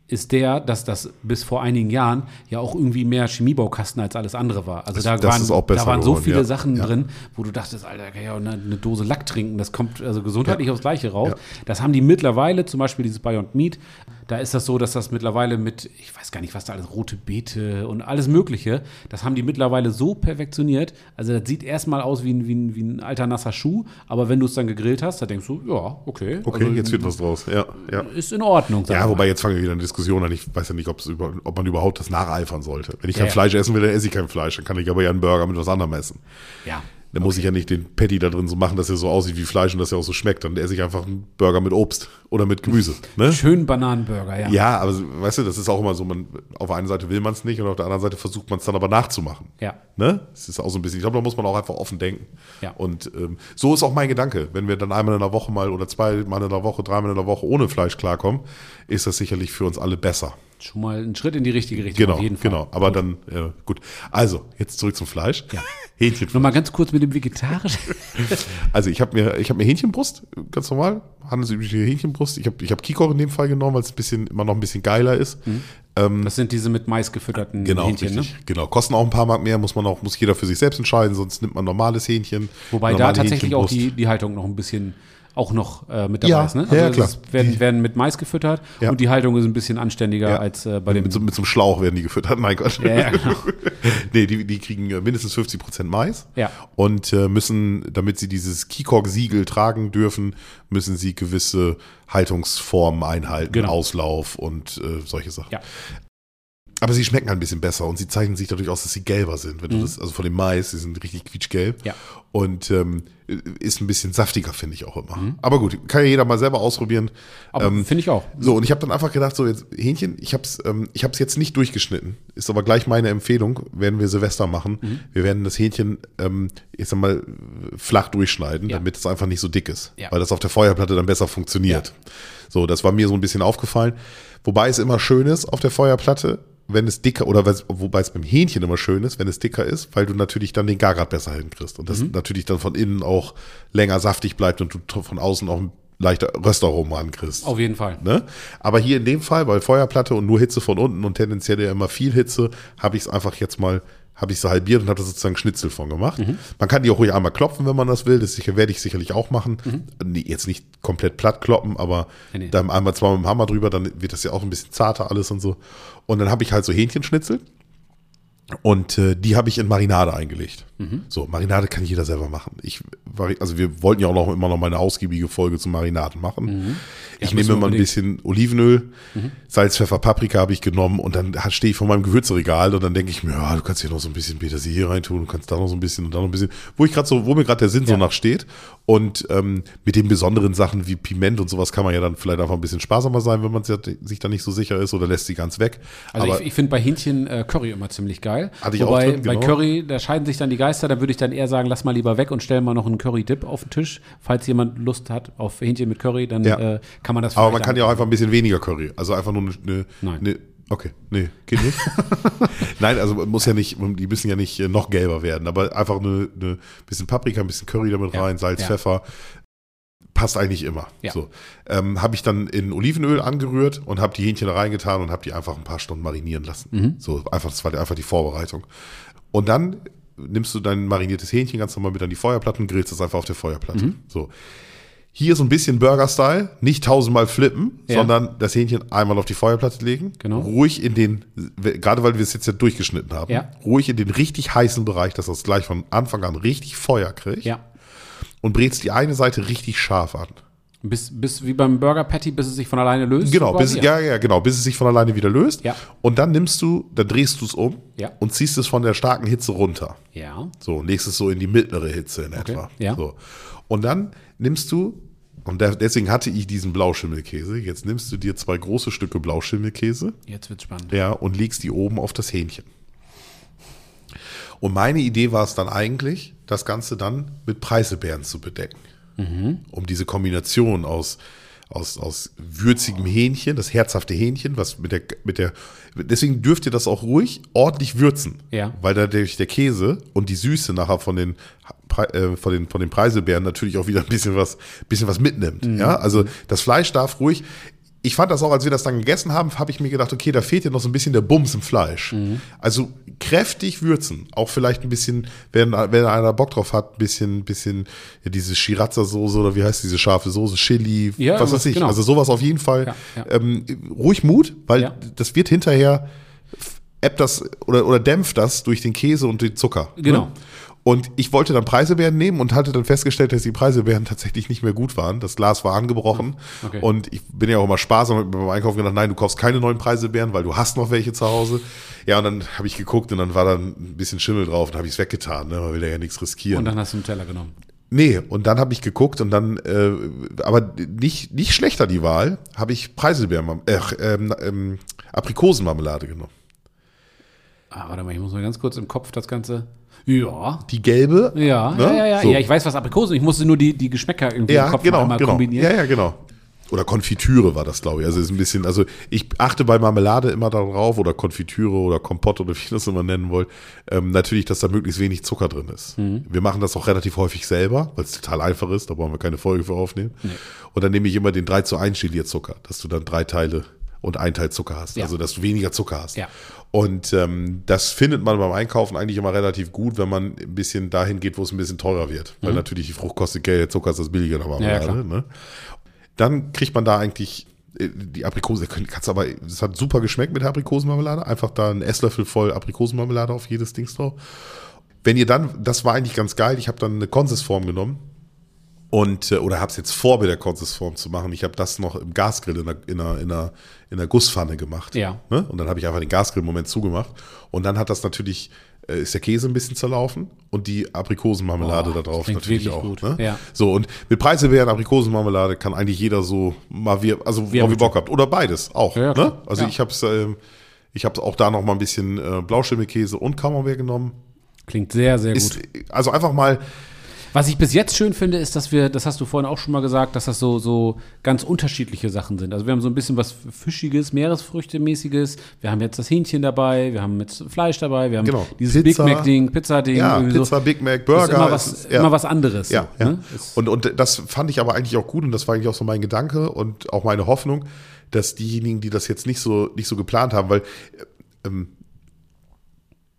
ist der, dass das bis vor einigen Jahren ja auch irgendwie mehr Chemiebaukasten als alles andere war. Also da,
das
waren,
ist auch besser
da waren so
geworden,
viele
ja.
Sachen
Ja.
drin, wo du dachtest, Alter, da kann ich auch eine, eine Dose Lack trinken, das kommt also gesundheitlich aufs Gleiche raus.
Ja.
Das haben die mittlerweile, zum Beispiel dieses Beyond Meat, da ist das so, dass das mittlerweile mit, ich weiß gar nicht, was da alles, rote Beete und alles Mögliche, das haben die mittlerweile so perfektioniert. Also das sieht erstmal aus wie ein, wie, ein, wie ein alter nasser Schuh, aber wenn du es dann gegrillt hast, da denkst du, ja, okay.
okay,
also,
jetzt wird was draus. Ja, ja.
Ist in Ordnung. sag
Ja,
mal.
wobei jetzt fangen wir wieder eine Diskussion an. Ich weiß ja nicht, ob's über, ob man überhaupt das nacheifern sollte. Wenn ich
Ja,
kein
ja.
Fleisch essen will, dann esse ich kein Fleisch. Dann kann ich aber ja einen Burger mit was anderem essen.
Ja.
Dann muss ich ja nicht den Patty da drin so machen, dass er so aussieht wie Fleisch und dass er auch so schmeckt. Dann esse ich einfach einen Burger mit Obst oder mit Gemüse. Ne?
Schönen Bananenburger, ja.
Ja, aber weißt du, das ist auch immer so, man, auf der einen Seite will man es nicht und auf der anderen Seite versucht man es dann aber nachzumachen.
Ja.
Ne? Das ist auch so ein bisschen, ich glaube, da muss man auch einfach offen denken.
Ja.
Und ähm, so ist auch mein Gedanke. Wenn wir dann einmal in der Woche mal oder zweimal in der Woche, dreimal in der Woche ohne Fleisch klarkommen, ist das sicherlich für uns alle besser.
Schon mal ein Schritt in die richtige Richtung.
Genau,
auf jeden Fall.
genau. Aber dann, äh, gut. Also, jetzt zurück zum Fleisch. Ja. Hähnchenfleisch.
Nochmal ganz kurz mit dem Vegetarischen.
Also ich habe mir, ich hab mir Hähnchenbrust, ganz normal, handelsübliche Hähnchenbrust. Ich habe ich hab Kikor in dem Fall genommen, weil es ein bisschen, immer noch ein bisschen geiler ist.
Mhm. Das sind diese mit Mais gefütterten
Genau,
Hähnchen, ne?
richtig. Genau, kosten auch ein paar Mark mehr, muss man auch, muss jeder für sich selbst entscheiden, sonst nimmt man normales Hähnchen.
Wobei da
normale
tatsächlich auch die,
Hähnchenbrust.
die Haltung noch ein bisschen auch noch äh, mit dabei
Ja,
ist. Ne?
ja, ja,
das
klar.
werden, werden mit Mais gefüttert
Ja.
und die Haltung ist ein bisschen anständiger
Ja. Mhm.
als äh, bei dem.
mit so, mit so einem Schlauch werden die gefüttert, mein Gott.
Ja, ja, genau.
[laughs] nee, die, die kriegen äh, mindestens 50 Prozent Mais.
Ja.
Und äh, müssen, damit sie dieses Kikok-Siegel tragen dürfen, müssen sie gewisse Haltungsformen einhalten,
Genau.
Auslauf und äh, solche Sachen.
Ja.
Aber sie schmecken ein bisschen besser und sie zeichnen sich dadurch aus, dass sie gelber sind. Wenn du das, also von dem Mais, sie sind richtig quietschgelb.
Mhm. Ja.
Und ähm, ist ein bisschen saftiger, finde ich auch immer. Aber gut, kann ja jeder mal selber ausprobieren.
Mhm. Aber
ähm,
finde ich auch.
So, und ich habe dann einfach gedacht, so jetzt Hähnchen, ich habe es ähm, ich hab's jetzt nicht durchgeschnitten. Ist aber gleich meine Empfehlung, werden wir Silvester machen.
Mhm.
Wir werden das Hähnchen, ähm, ich sag mal, flach durchschneiden,
Ja.
damit es einfach nicht so dick ist.
Ja.
Weil das auf der Feuerplatte dann besser funktioniert. So, das war mir so ein bisschen aufgefallen. Wobei es immer schön ist auf der Feuerplatte, wenn es dicker, oder was- wobei es beim Hähnchen immer schön ist, wenn es dicker ist, weil du natürlich dann den Garrat besser hinkriegst. Und das
Mhm.
natürlich dann von innen auch länger saftig bleibt und du von außen auch leichter Röstaromen rankriegst.
Auf jeden Fall.
Ne? Aber hier in dem Fall, weil Feuerplatte und nur Hitze von unten und tendenziell ja immer viel Hitze, habe ich es einfach jetzt mal, habe ich es halbiert und habe da sozusagen Schnitzel von gemacht.
Mhm.
Man kann die auch ruhig einmal klopfen, wenn man das will. Das sicher, werde ich sicherlich auch machen. Nee, jetzt nicht komplett platt kloppen, aber
Mhm. Nee, nee.
dann einmal zweimal mit dem Hammer drüber, dann wird das ja auch ein bisschen zarter alles und so. Und dann habe ich halt so Hähnchenschnitzel. Und äh, die habe ich in Marinade eingelegt.
Mhm.
So, Marinade kann jeder selber machen. Ich, war- also wir wollten ja auch noch immer noch mal eine ausgiebige Folge zu Marinaden machen. ich
Mhm. müssen
nehme
wir
immer ein
unbedingt.
bisschen Olivenöl, Salz, Pfeffer, Paprika habe ich genommen und dann hat- stehe ich vor meinem Gewürzregal und dann denke ich mir, ja, du kannst hier noch so ein bisschen Petersilie reintun, du kannst da noch so ein bisschen und da noch ein bisschen, wo ich gerade so, wo mir gerade der Sinn so nachsteht. Und ähm, mit den besonderen Sachen wie Piment und sowas kann man ja dann vielleicht einfach ein bisschen sparsamer sein, wenn man sich- sich da nicht so sicher ist oder lässt sie ganz weg.
Also
Aber
ich, ich finde bei Hähnchen äh, Curry immer ziemlich geil.
Hatte ich auch
Wobei
drin,
bei
genau.
Curry, da scheiden sich dann die Geister, da würde ich dann eher sagen, lass mal lieber weg und stell mal noch einen Curry-Dip auf den Tisch. Falls jemand Lust hat auf Hähnchen mit Curry, dann
Ja.
äh, kann man das
Aber man
vielleicht
kann ja auch einfach ein bisschen weniger Curry. Also einfach nur eine. eine
Nein.
Eine, okay, nee, geht nicht. [laughs] Nein, also man muss ja nicht, die müssen ja nicht äh, noch gelber werden, aber einfach eine, eine bisschen Paprika, ein bisschen Curry damit
Ja,
rein, Salz,
ja.
Pfeffer. Passt eigentlich immer.
Ja.
So. Ähm, habe ich dann in Olivenöl angerührt und habe die Hähnchen da reingetan und habe die einfach ein paar Stunden marinieren lassen.
Mhm.
So einfach, das war einfach die Vorbereitung. Und dann nimmst du dein mariniertes Hähnchen ganz normal mit an die Feuerplatte und grillst das einfach auf der Feuerplatte.
Mhm.
So. Hier so ein bisschen Burger-Style, nicht tausendmal flippen,
Ja.
sondern das Hähnchen einmal auf die Feuerplatte legen.
Genau.
Ruhig in den, gerade weil wir es jetzt ja durchgeschnitten haben,
Ja.
ruhig in den richtig heißen Bereich, dass das gleich von Anfang an richtig Feuer kriegt.
Ja.
Und brätst die eine Seite richtig scharf an.
Bis, bis wie beim Burger Patty, bis es sich von alleine löst.
Genau, bis,
quasi?
ja, ja, genau, bis es sich von alleine wieder löst.
Ja.
Und dann nimmst du, dann drehst du es um
Ja.
und ziehst es von der starken Hitze runter.
Ja.
So, und legst es so in die mittlere Hitze in etwa.
ja.
So. Und dann nimmst du, und da- deswegen hatte ich diesen Blauschimmelkäse, jetzt nimmst du dir zwei große Stücke Blauschimmelkäse
Jetzt wird's spannend.
ja, und legst die oben auf das Hähnchen. Und meine Idee war es dann eigentlich, das Ganze dann mit Preiselbeeren zu bedecken. Um diese Kombination aus, aus, aus würzigem Hähnchen, das herzhafte Hähnchen, was mit der, mit der, deswegen dürft ihr das auch ruhig ordentlich würzen.
Ja.
Weil dadurch der Käse und die Süße nachher von den, Pre- äh, von den, von den Preiselbeeren natürlich auch wieder ein bisschen was, bisschen was mitnimmt.
Mhm.
Ja, also das Fleisch darf ruhig. Ich fand das auch, als wir das dann gegessen haben, habe ich mir gedacht, okay, da fehlt ja noch so ein bisschen der Bums im Fleisch.
Mhm.
Also kräftig würzen. Auch vielleicht ein bisschen, wenn, wenn einer Bock drauf hat, ein bisschen, bisschen diese Shirazza-Soße oder wie heißt diese scharfe Soße, Chili,
Ja,
was
was-
weiß ich.
genau.
Also sowas auf jeden Fall.
Ja, ja.
Ähm, ruhig Mut, weil
Ja.
das wird hinterher ebbt das oder, oder dämpft das durch den Käse und den Zucker.
Genau.
Ne? Und ich wollte dann Preiselbeeren nehmen und hatte dann festgestellt, dass die Preiselbeeren tatsächlich nicht mehr gut waren. Das Glas war angebrochen.
Okay.
Und ich bin ja auch immer sparsam mit meinem Einkauf gedacht, nein, du kaufst keine neuen Preiselbeeren, weil du hast noch welche zu Hause. Ja, und dann habe ich geguckt und dann war da ein bisschen Schimmel drauf und habe ich es weggetan. Ne? Man will ja nichts riskieren.
Und dann hast du einen Teller genommen.
Nee, und dann habe ich geguckt und dann, äh, aber nicht, nicht schlechter die Wahl, habe ich Preiselbeeren, äh, ähm, ähm, Aprikosenmarmelade genommen.
Ah, warte mal, ich muss mal ganz kurz im Kopf das Ganze. Ja.
Die gelbe.
Ja,
ne?
ja, ja, ja.
So.
ja. Ich weiß, was Aprikosen. Ich musste nur die, die Geschmäcker irgendwie
Ja,
im Kopf noch
genau,
einmal
genau.
kombinieren.
Ja, ja, genau. Oder Konfitüre war das, glaube ich. Also ist ein bisschen, also ich achte bei Marmelade immer darauf oder Konfitüre oder Kompott oder wie ihr das immer nennen wollt, ähm, natürlich, dass da möglichst wenig Zucker drin ist.
Mhm.
Wir machen das auch relativ häufig selber, weil es total einfach ist, da brauchen wir keine Folge für aufnehmen. Und dann nehme ich immer den 3 zu 1 Gelierzucker, dass du dann drei Teile und ein Teil Zucker hast.
Ja.
Also dass du weniger Zucker hast.
Ja.
Und ähm, das findet man beim Einkaufen eigentlich immer relativ gut, wenn man ein bisschen dahin geht, wo es ein bisschen teurer wird.
Mhm.
Weil natürlich die Frucht kostet Geld, der Zucker ist das billiger, aber
Ja, ja,
Marmelade, ne? Dann kriegt man da eigentlich äh, die Aprikose, könnt- kannst aber, es hat super geschmeckt mit der Aprikosenmarmelade, einfach da einen Esslöffel voll Aprikosenmarmelade auf jedes Dings drauf. Wenn ihr dann, das war eigentlich ganz geil, ich habe dann eine Konsisform genommen und äh, oder habe es jetzt vor, mit der Konsisform zu machen. Ich habe das noch im Gasgrill in der, in einer, in einer, in einer Gusspfanne gemacht.
Ja.
Ne? Und dann habe ich einfach den Gasgrill im Moment zugemacht. Und dann hat das natürlich, äh, ist der Käse ein bisschen zerlaufen und die Aprikosenmarmelade
Oh,
da
das
drauf
klingt
natürlich
wirklich
auch.
gut.
Ne?
Ja.
So, und mit Preiselbeeren, Aprikosenmarmelade kann eigentlich jeder so mal wie, also
Wie
wie,
er
wie
möchte.
Bock habt. Oder beides auch.
Ja, ja,
ne?
klar.
Also
Ja.
ich habe es, ähm, ich habe auch da noch mal ein bisschen äh, Blauschimmelkäse und Camembert genommen.
Klingt sehr, sehr gut.
Ist, also einfach mal,
Was ich bis jetzt schön finde, ist, dass wir, das hast du vorhin auch schon mal gesagt, dass das so, so ganz unterschiedliche Sachen sind. Also wir haben so ein bisschen was Fischiges, Meeresfrüchtemäßiges. Wir haben jetzt das Hähnchen dabei, wir haben jetzt Fleisch dabei, wir haben
Genau.
dieses
Pizza.
Big Mac-Ding, Pizza-Ding.
ja,
irgendwie so.
Pizza, Big Mac,
Das
Burger.
ist immer was,
es ist- ja.
immer was anderes.
Ja,
so,
ja.
ne? Ist-
Und, und das fand ich aber eigentlich auch gut und das war eigentlich auch so mein Gedanke und auch meine Hoffnung, dass diejenigen, die das jetzt nicht so, nicht so geplant haben, weil äh, ähm,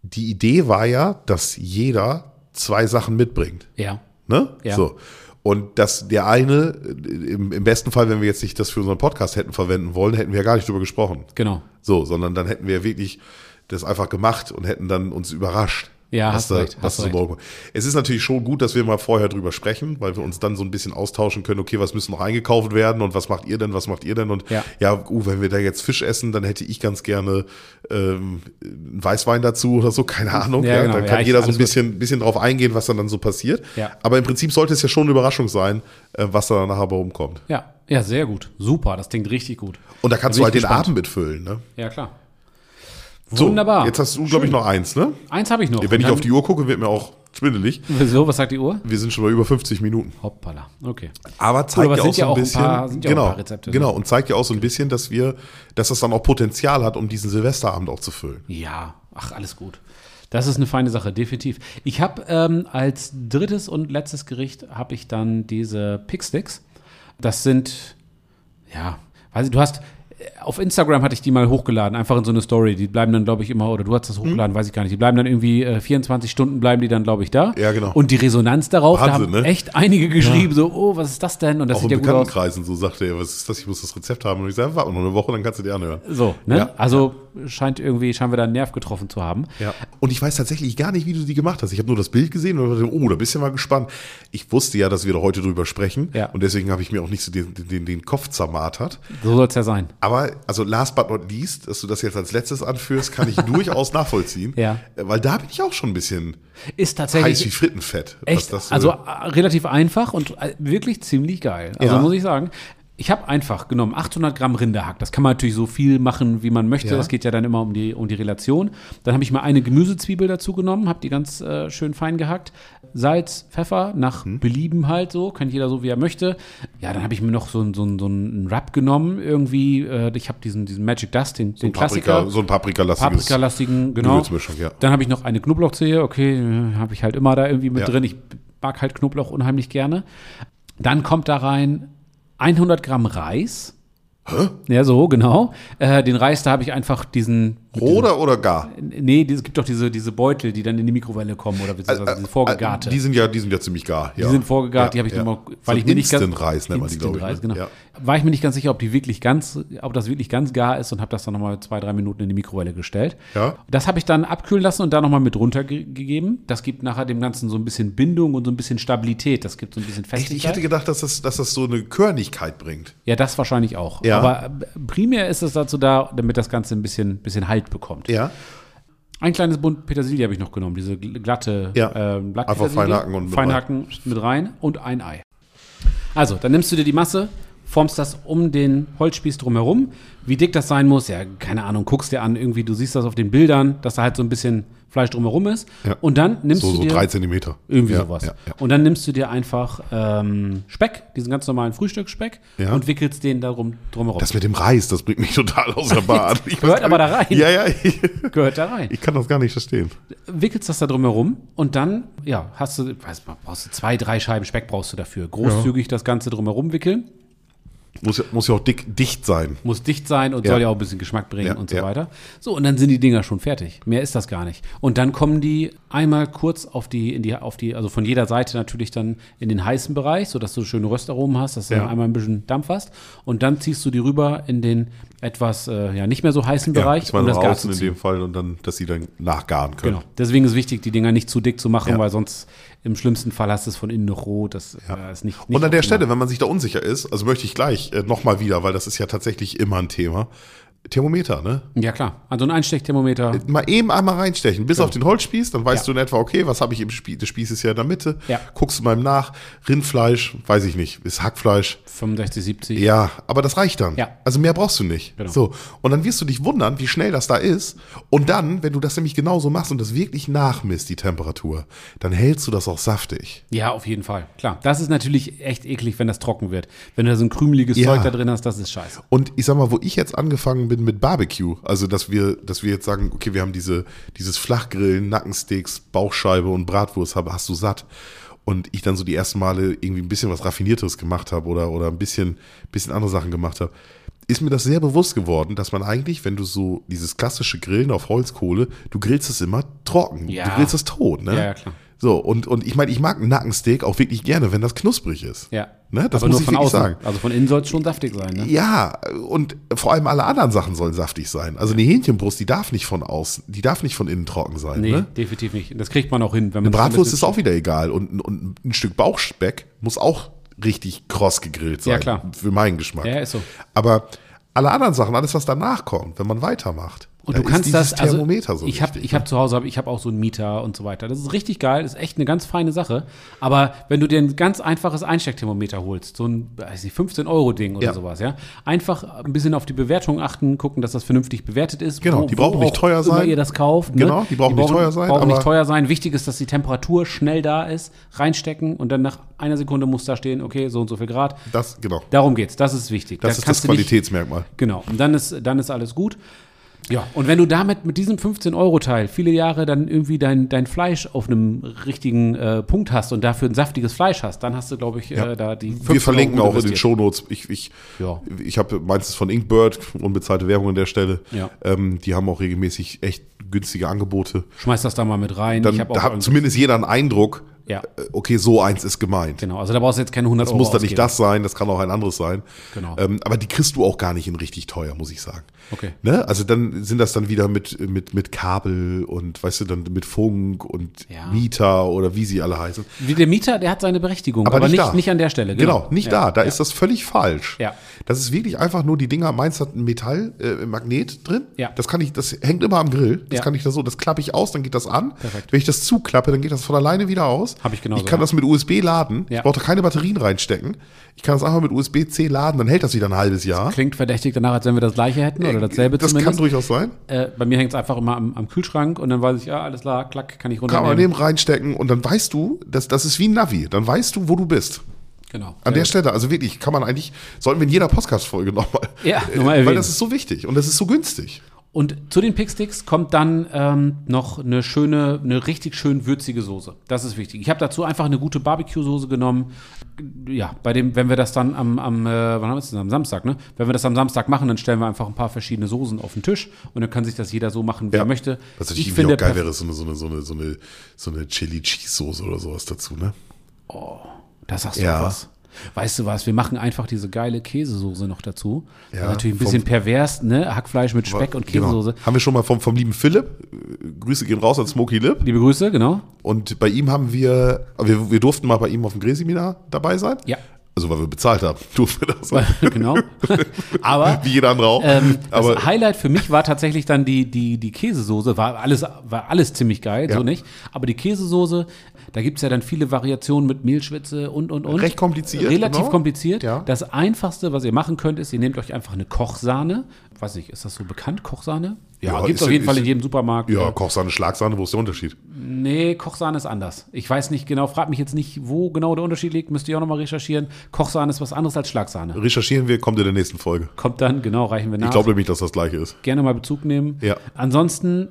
die Idee war ja, dass jeder zwei Sachen mitbringt.
ja.
Ne?
Ja.
So. Und dass der eine, äh, im, im besten Fall, wenn wir jetzt nicht das für unseren Podcast hätten verwenden wollen, hätten wir ja gar nicht drüber gesprochen.
Genau.
So, sondern dann hätten wir wirklich das einfach gemacht und hätten dann uns überrascht.
Ja,
was
hast
da,
recht,
was
hast
da so
recht.
morgen. Es ist natürlich schon gut, dass wir mal vorher drüber sprechen, weil wir uns dann so ein bisschen austauschen können, okay, was müssen noch eingekauft werden und was macht ihr denn, was macht ihr denn? Und
Ja.
ja, uh, wenn wir da jetzt Fisch essen, dann hätte ich ganz gerne ähm, einen Weißwein dazu oder so, keine Ahnung.
Ja,
Ja,
genau.
Dann
Ja,
kann
ich-
jeder so
alles
ein bisschen, bisschen drauf eingehen, was dann, dann so passiert.
Ja.
Aber im Prinzip sollte es ja schon eine Überraschung sein, äh, was da nachher bei rumkommt.
Ja. Ja, sehr gut. Super, das klingt richtig gut.
Und da kannst du
Da bin
halt
ich
den
gespannt.
Abend mitfüllen, ne?
Ja, klar.
So,
Wunderbar.
Jetzt hast du, glaube ich, noch eins, ne?
Eins habe ich noch.
Wenn ich
Und [laughs]
auf die Uhr gucke, wird mir auch schwindelig.
dann- Wieso, was sagt die Uhr?
Wir sind schon bei über 50 Minuten.
Hoppala. Okay.
Aber zeigt
aber es
ja
sind
auch so
ja
ein
auch ein
bisschen,
paar- sind ja auch
genau,
ein paar Rezepte, ne?
genau, und zeigt ja auch so ein bisschen, dass wir, dass das dann auch Potenzial hat, um diesen Silvesterabend auch zu füllen.
Ja, ach, alles gut. Das ist eine feine Sache, definitiv. Ich habe ähm, als drittes und letztes Gericht habe ich dann diese Picksticks. Das sind, ja, weiß ich, du hast, äh, auf Instagram hatte ich die mal hochgeladen, einfach in so eine Story. Die bleiben dann, glaube ich, immer, oder du hast das
Hm?
hochgeladen, weiß ich gar nicht. Die bleiben dann irgendwie äh, 24 Stunden, bleiben die dann, glaube ich, da.
Ja, genau.
Und die Resonanz darauf, da haben
Wahnsinn, ne?
echt einige geschrieben, so, oh, was ist das denn? Und das
auch
sieht
in
ja gut aus.
Bekanntenkreisen, so sagte er, was ist das, ich muss das Rezept haben. Und ich sage, warte noch eine Woche, dann kannst du dir anhören.
So, ne?
Ja.
Also scheint irgendwie, scheinen wir da einen Nerv getroffen zu haben.
Ja. Und ich weiß tatsächlich gar nicht, wie du die gemacht hast. Ich habe nur das Bild gesehen und dachte, oh, da bist du ja mal gespannt. Ich wusste ja, dass wir da heute drüber sprechen.
Ja.
Und deswegen habe ich mir auch nicht so den, den, den Kopf zermartert.
So soll es ja sein.
Aber, also last but not least, dass du das jetzt als letztes anführst,
[laughs]
kann ich durchaus nachvollziehen.
Ja.
Äh, Weil da bin ich auch schon ein bisschen
Ist
heiß
tatsächlich
wie Frittenfett. was
Echt?
das, äh,
also äh, relativ einfach und äh, wirklich ziemlich geil. Also
Ja.
muss ich sagen. Ich habe einfach genommen 800 Gramm Rinderhack. Das kann man natürlich so viel machen, wie man möchte.
Ja.
Das geht ja dann immer um die, um die Relation. Dann habe ich mal eine Gemüsezwiebel dazu genommen, habe die ganz äh, schön fein gehackt. Salz, Pfeffer, nach
Mhm.
Belieben halt so. Kann jeder so, wie er möchte. Ja, dann habe ich mir noch so, einen- so, einen- so einen Wrap genommen irgendwie. Äh, ich habe diesen, diesen Magic Dust, den, den Klassiker.
Paprika, so ein Paprikalastiges.
Paprikalastigen, genau.
Gewürzmischung, ja.
Dann habe ich noch eine Knoblauchzehe, okay, habe ich halt immer da irgendwie mit
Ja.
drin. Ich mag halt Knoblauch unheimlich gerne. Dann kommt da rein 100 Gramm Reis. Hä? Ja, so, genau. Äh, den Reis, da habe ich einfach diesen.
Oder oder gar?
Nee, die- es gibt doch diese, diese Beutel, die dann in die Mikrowelle kommen oder beziehungsweise
Äh,
diese Also vorgegarte.
Die sind ja, die sind ja ziemlich gar. Ja.
Die sind vorgegart, die habe ich
ja.
nochmal, weil
So
ich mir nicht ganz
Instant-Reis nennt man die, glaube ich.
Instant-Reis,
ne?
genau.
Ja.
War ich mir nicht ganz sicher, ob die wirklich ganz, ob das wirklich ganz gar ist und habe das dann nochmal zwei, drei Minuten in die Mikrowelle gestellt.
Ja.
Das habe ich dann abkühlen lassen und da nochmal mit runtergegeben. Das gibt nachher dem Ganzen so ein bisschen Bindung und so ein bisschen Stabilität. Das gibt so ein bisschen
Echt,
Festigkeit.
ich hätte gedacht, dass das, dass das so eine Körnigkeit bringt.
ja, das wahrscheinlich auch.
Ja.
Aber äh, primär ist es dazu da, damit das Ganze ein bisschen, bisschen Halt bekommt.
Ja.
Ein kleines Bund Petersilie habe ich noch genommen, diese gl- glatte
Ja.
ähm, Blatt
Einfach
Petersilie.
feinhacken und mit
Feinhacken mit rein und ein Ei. Also, dann nimmst du dir die Masse, formst das um den Holzspieß drumherum. Wie dick das sein muss, ja, keine Ahnung, guckst dir an, irgendwie, du siehst das auf den Bildern, dass da halt so ein bisschen Fleisch drumherum ist.
Ja.
Und dann nimmst
So,
du
so
dir
drei Zentimeter.
irgendwie
ja,
sowas.
Ja, ja.
Und dann nimmst du dir einfach ähm, Speck, diesen ganz normalen Frühstücksspeck,
Ja.
und wickelst den darum drumherum.
Das mit dem Reis, das bringt mich total aus
[laughs]
der Bahn. Ich weiß
Gehört
gar
aber
nicht-
da rein.
Ja, ja, [laughs] ich,
gehört da rein.
ich kann das gar nicht verstehen.
wickelst das da drumherum und dann, ja, hast du, weiß man, brauchst du zwei, drei Scheiben Speck brauchst du dafür. Großzügig das Ganze drumherum wickeln.
Muss, ja- muss ja auch dick, dicht sein.
Muss dicht sein und
Ja.
soll ja auch ein bisschen Geschmack bringen
Ja,
und so
ja.
weiter. So, und dann sind die Dinger schon fertig. Mehr ist das gar nicht. Und dann kommen die einmal kurz auf die, in die, auf die, also von jeder Seite natürlich dann in den heißen Bereich, sodass du schöne Röstaromen hast, dass du
Ja.
dann einmal ein bisschen Dampf hast. Und dann ziehst du die rüber in den etwas, äh, ja, nicht mehr so heißen Bereich,
ja, ich meine
um das Gas
draußen
zu
in
ziehen.
dem Fall und dann, dass sie dann nachgaren können.
Genau. Deswegen ist wichtig, die Dinger nicht zu dick zu machen,
Ja.
weil sonst im schlimmsten Fall hast du es von innen noch rot. Das äh, ist nicht, nicht
Und an der
optimal.
Stelle, wenn man sich da unsicher ist, also möchte ich gleich äh, nochmal wieder, weil das ist ja tatsächlich immer ein Thema. Thermometer, ne?
Ja, klar. Also ein Einsteckthermometer.
mal eben einmal reinstechen,
Genau.
bis auf den Holzspieß, dann weißt du in etwa, okay, was habe ich im Spieß? Der Spieß ist ja in der Mitte.
Ja.
Guckst du mal ihm nach, Rindfleisch, weiß ich nicht, ist Hackfleisch.
65, 70.
Ja, aber das reicht dann.
Ja.
Also mehr brauchst du nicht.
Genau.
So. Und dann wirst du dich wundern, wie schnell das da ist. Und dann, wenn du das nämlich genauso machst und das wirklich nachmisst, die Temperatur, dann hältst du das auch saftig.
Ja, auf jeden Fall. Klar. Das ist natürlich echt eklig, wenn das trocken wird. Wenn du da so ein krümeliges
Ja.
Zeug da drin hast, das ist scheiße.
Und ich sag mal, wo ich jetzt angefangen bin mit Barbecue, also dass wir, dass wir jetzt sagen, okay, wir haben diese, dieses Flachgrillen, Nackensteaks, Bauchscheibe und Bratwurst, hab- hast du satt. Und ich dann so die ersten Male irgendwie ein bisschen was Raffinierteres gemacht habe oder, oder ein bisschen, bisschen andere Sachen gemacht habe, ist mir das sehr bewusst geworden, dass man eigentlich, wenn du so dieses klassische Grillen auf Holzkohle, du grillst es immer trocken.
Ja.
Du grillst es tot, ne?
Ja, ja, klar.
So, und, und ich meine, ich mag einen Nackensteak auch wirklich gerne, wenn das knusprig ist.
Ja.
Ne? Das
Aber
muss
nur
ich
von
wirklich
außen.
sagen.
Also von innen soll es schon saftig sein. Ne?
Ja, und vor allem alle anderen Sachen sollen saftig sein. Also eine Hähnchenbrust, die darf nicht von außen, die darf nicht von innen trocken sein.
Nee,
Ne?
definitiv nicht. Das kriegt man auch hin. Wenn man
Eine Bratwurst
das
ist auch wieder egal und, und ein Stück Bauchspeck muss auch richtig kross gegrillt sein.
Ja, klar.
Für meinen Geschmack.
Ja, ist so.
Aber alle anderen Sachen, alles was danach kommt, wenn man weitermacht,
Und
da
du kannst
ist
das,
dieses
also
Thermometer so
ich habe
wichtig. ne?
ich hab zu Hause, hab, ich habe auch so einen Mieter und so weiter. Das ist richtig geil, ist echt eine ganz feine Sache. Aber wenn du dir ein ganz einfaches Einsteckthermometer holst, so ein weiß nicht, 15 Euro Ding oder
Ja.
sowas, ja, einfach ein bisschen auf die Bewertung achten, gucken, dass das vernünftig bewertet ist.
Genau, die brauchen nicht
auch
teuer
Immer
sein.
ihr das kauft.
Genau,
ne?
die brauchen nicht teuer sein,
Brauchen nicht
aber-
teuer sein. Wichtig ist, dass die Temperatur schnell da ist, reinstecken und dann nach einer Sekunde muss da stehen, okay, so und so viel Grad.
das, genau.
Darum geht's. Das ist wichtig.
Das
Da
ist das
kannst du nicht-
Qualitätsmerkmal.
Genau, und dann ist, dann ist alles gut. Ja, und wenn du damit mit diesem 15-Euro-Teil viele Jahre dann irgendwie dein, dein Fleisch auf einem richtigen äh, Punkt hast und dafür ein saftiges Fleisch hast, dann hast du, glaube ich, äh, da die 15
Wir verlinken
Euro
auch in den
investiert.
Shownotes. Ich, ich,
Ja.
ich habe meistens von Inkbird, unbezahlte Werbung an der Stelle.
Ja.
Ähm, die haben auch regelmäßig echt günstige Angebote.
Schmeiß das da mal mit rein.
Dann
hab auch
da hat
irgendwie-
zumindest jeder einen Eindruck,
Ja.
äh, okay, so eins ist gemeint.
Genau, also da brauchst du jetzt keine 100
Das
Euro
muss dann nicht
ausgeben.
das sein, das kann auch ein anderes sein.
Genau.
Ähm, aber die kriegst du auch gar nicht in richtig teuer, muss ich sagen.
Okay.
Ne? Also dann sind das dann wieder mit, mit, mit Kabel und weißt du, dann mit Funk und
Ja.
Mieter oder wie sie alle heißen.
Wie der Mieter, der hat seine Berechtigung, aber, nicht, nicht, an der Stelle.
Genau, nicht
ja.
da. Da
ja.
ist das völlig falsch.
Ja.
Das ist wirklich einfach nur die Dinger. Meins hat ein Metall, äh, Magnet drin.
Ja.
Das kann ich, das hängt immer am Grill. Das
Ja.
kann ich da so, das klappe ich aus, dann geht das an.
Perfekt.
Wenn ich das zuklappe, dann geht das von alleine wieder aus.
Hab ich genauso,
Ich kann
ja.
das mit USB laden.
Ja.
Ich brauche da keine Batterien reinstecken. Ich kann das einfach mit USB-C laden, dann hält das wieder ein halbes Jahr.
Klingt verdächtig danach, als wenn wir das gleiche hätten oder dasselbe
Äh, das kann
zumindest.
durchaus sein.
äh, bei mir hängt es einfach immer am, am Kühlschrank und dann weiß ich, ja, alles klar, klack, kann ich
Kann
runternehmen.
man neben reinstecken und dann weißt du, das, das ist wie ein Navi. Dann weißt du, wo du bist.
Genau.
An
Äh,
der Stelle, also wirklich, kann man eigentlich, sollten wir in jeder Podcast-Folge nochmal.
[laughs] Ja,
Äh,
nochmal
Weil
erwähnen.
das ist so wichtig und das ist so günstig.
Und zu den Picksticks kommt dann ähm, noch eine schöne, eine richtig schön würzige Soße. Das ist wichtig. Ich habe dazu einfach eine gute Barbecue-Soße genommen. Ja, bei dem, wenn wir das dann am, am äh, wann haben wir es denn? Am Samstag, ne? Wenn wir das am Samstag machen, dann stellen wir einfach ein paar verschiedene Soßen auf den Tisch und dann kann sich das jeder so machen, wie er möchte.
Was natürlich
ich
irgendwie
finde,
auch geil wäre, so eine, so eine, so eine, so eine, so eine Chili-Cheese-Soße oder sowas dazu, ne?
Da sagst du
Ja.
was. Weißt du was, wir machen einfach diese geile Käsesoße noch dazu. Das
Ja,
ist natürlich ein bisschen
vom-
pervers, ne? Hackfleisch mit Speck und Käsesoße.
Genau. Haben wir schon mal vom, vom lieben Philipp, äh, Grüße gehen raus an Smokey Lip.
Liebe Grüße, genau.
Und bei ihm haben wir, wir, wir durften mal bei ihm auf dem Grillseminar dabei sein.
Ja. [laughs]
Also, weil wir bezahlt haben, [laughs] durften wir das. [laughs]
genau. Aber
Wie jeder andere auch.
Ähm,
[laughs]
das
Aber
Highlight für mich war tatsächlich dann die, die, die Käsesoße. War alles, war alles ziemlich geil,
Ja.
so nicht. Aber die Käsesoße, da gibt es ja dann viele Variationen mit Mehlschwitze und, und, und.
Recht kompliziert,
Relativ
genau.
kompliziert.
Ja.
Das Einfachste, was ihr machen könnt, ist, ihr nehmt euch einfach eine Kochsahne. Weiß ich, ist das so bekannt, Kochsahne? Ja,
Ja,
gibt's gibt es
ist-
auf jeden
ist-
Fall in jedem Supermarkt.
ja, Kochsahne, Schlagsahne, wo ist der Unterschied?
Nee, Kochsahne ist anders. Ich weiß nicht genau, frag mich jetzt nicht, wo genau der Unterschied liegt. Müsst ihr auch nochmal recherchieren. Kochsahne ist was anderes als Schlagsahne.
Recherchieren wir, kommt in der nächsten Folge.
Kommt dann, genau, reichen wir nach.
Ich glaube nämlich, dass das gleiche ist.
gerne mal Bezug nehmen.
Ja.
Ansonsten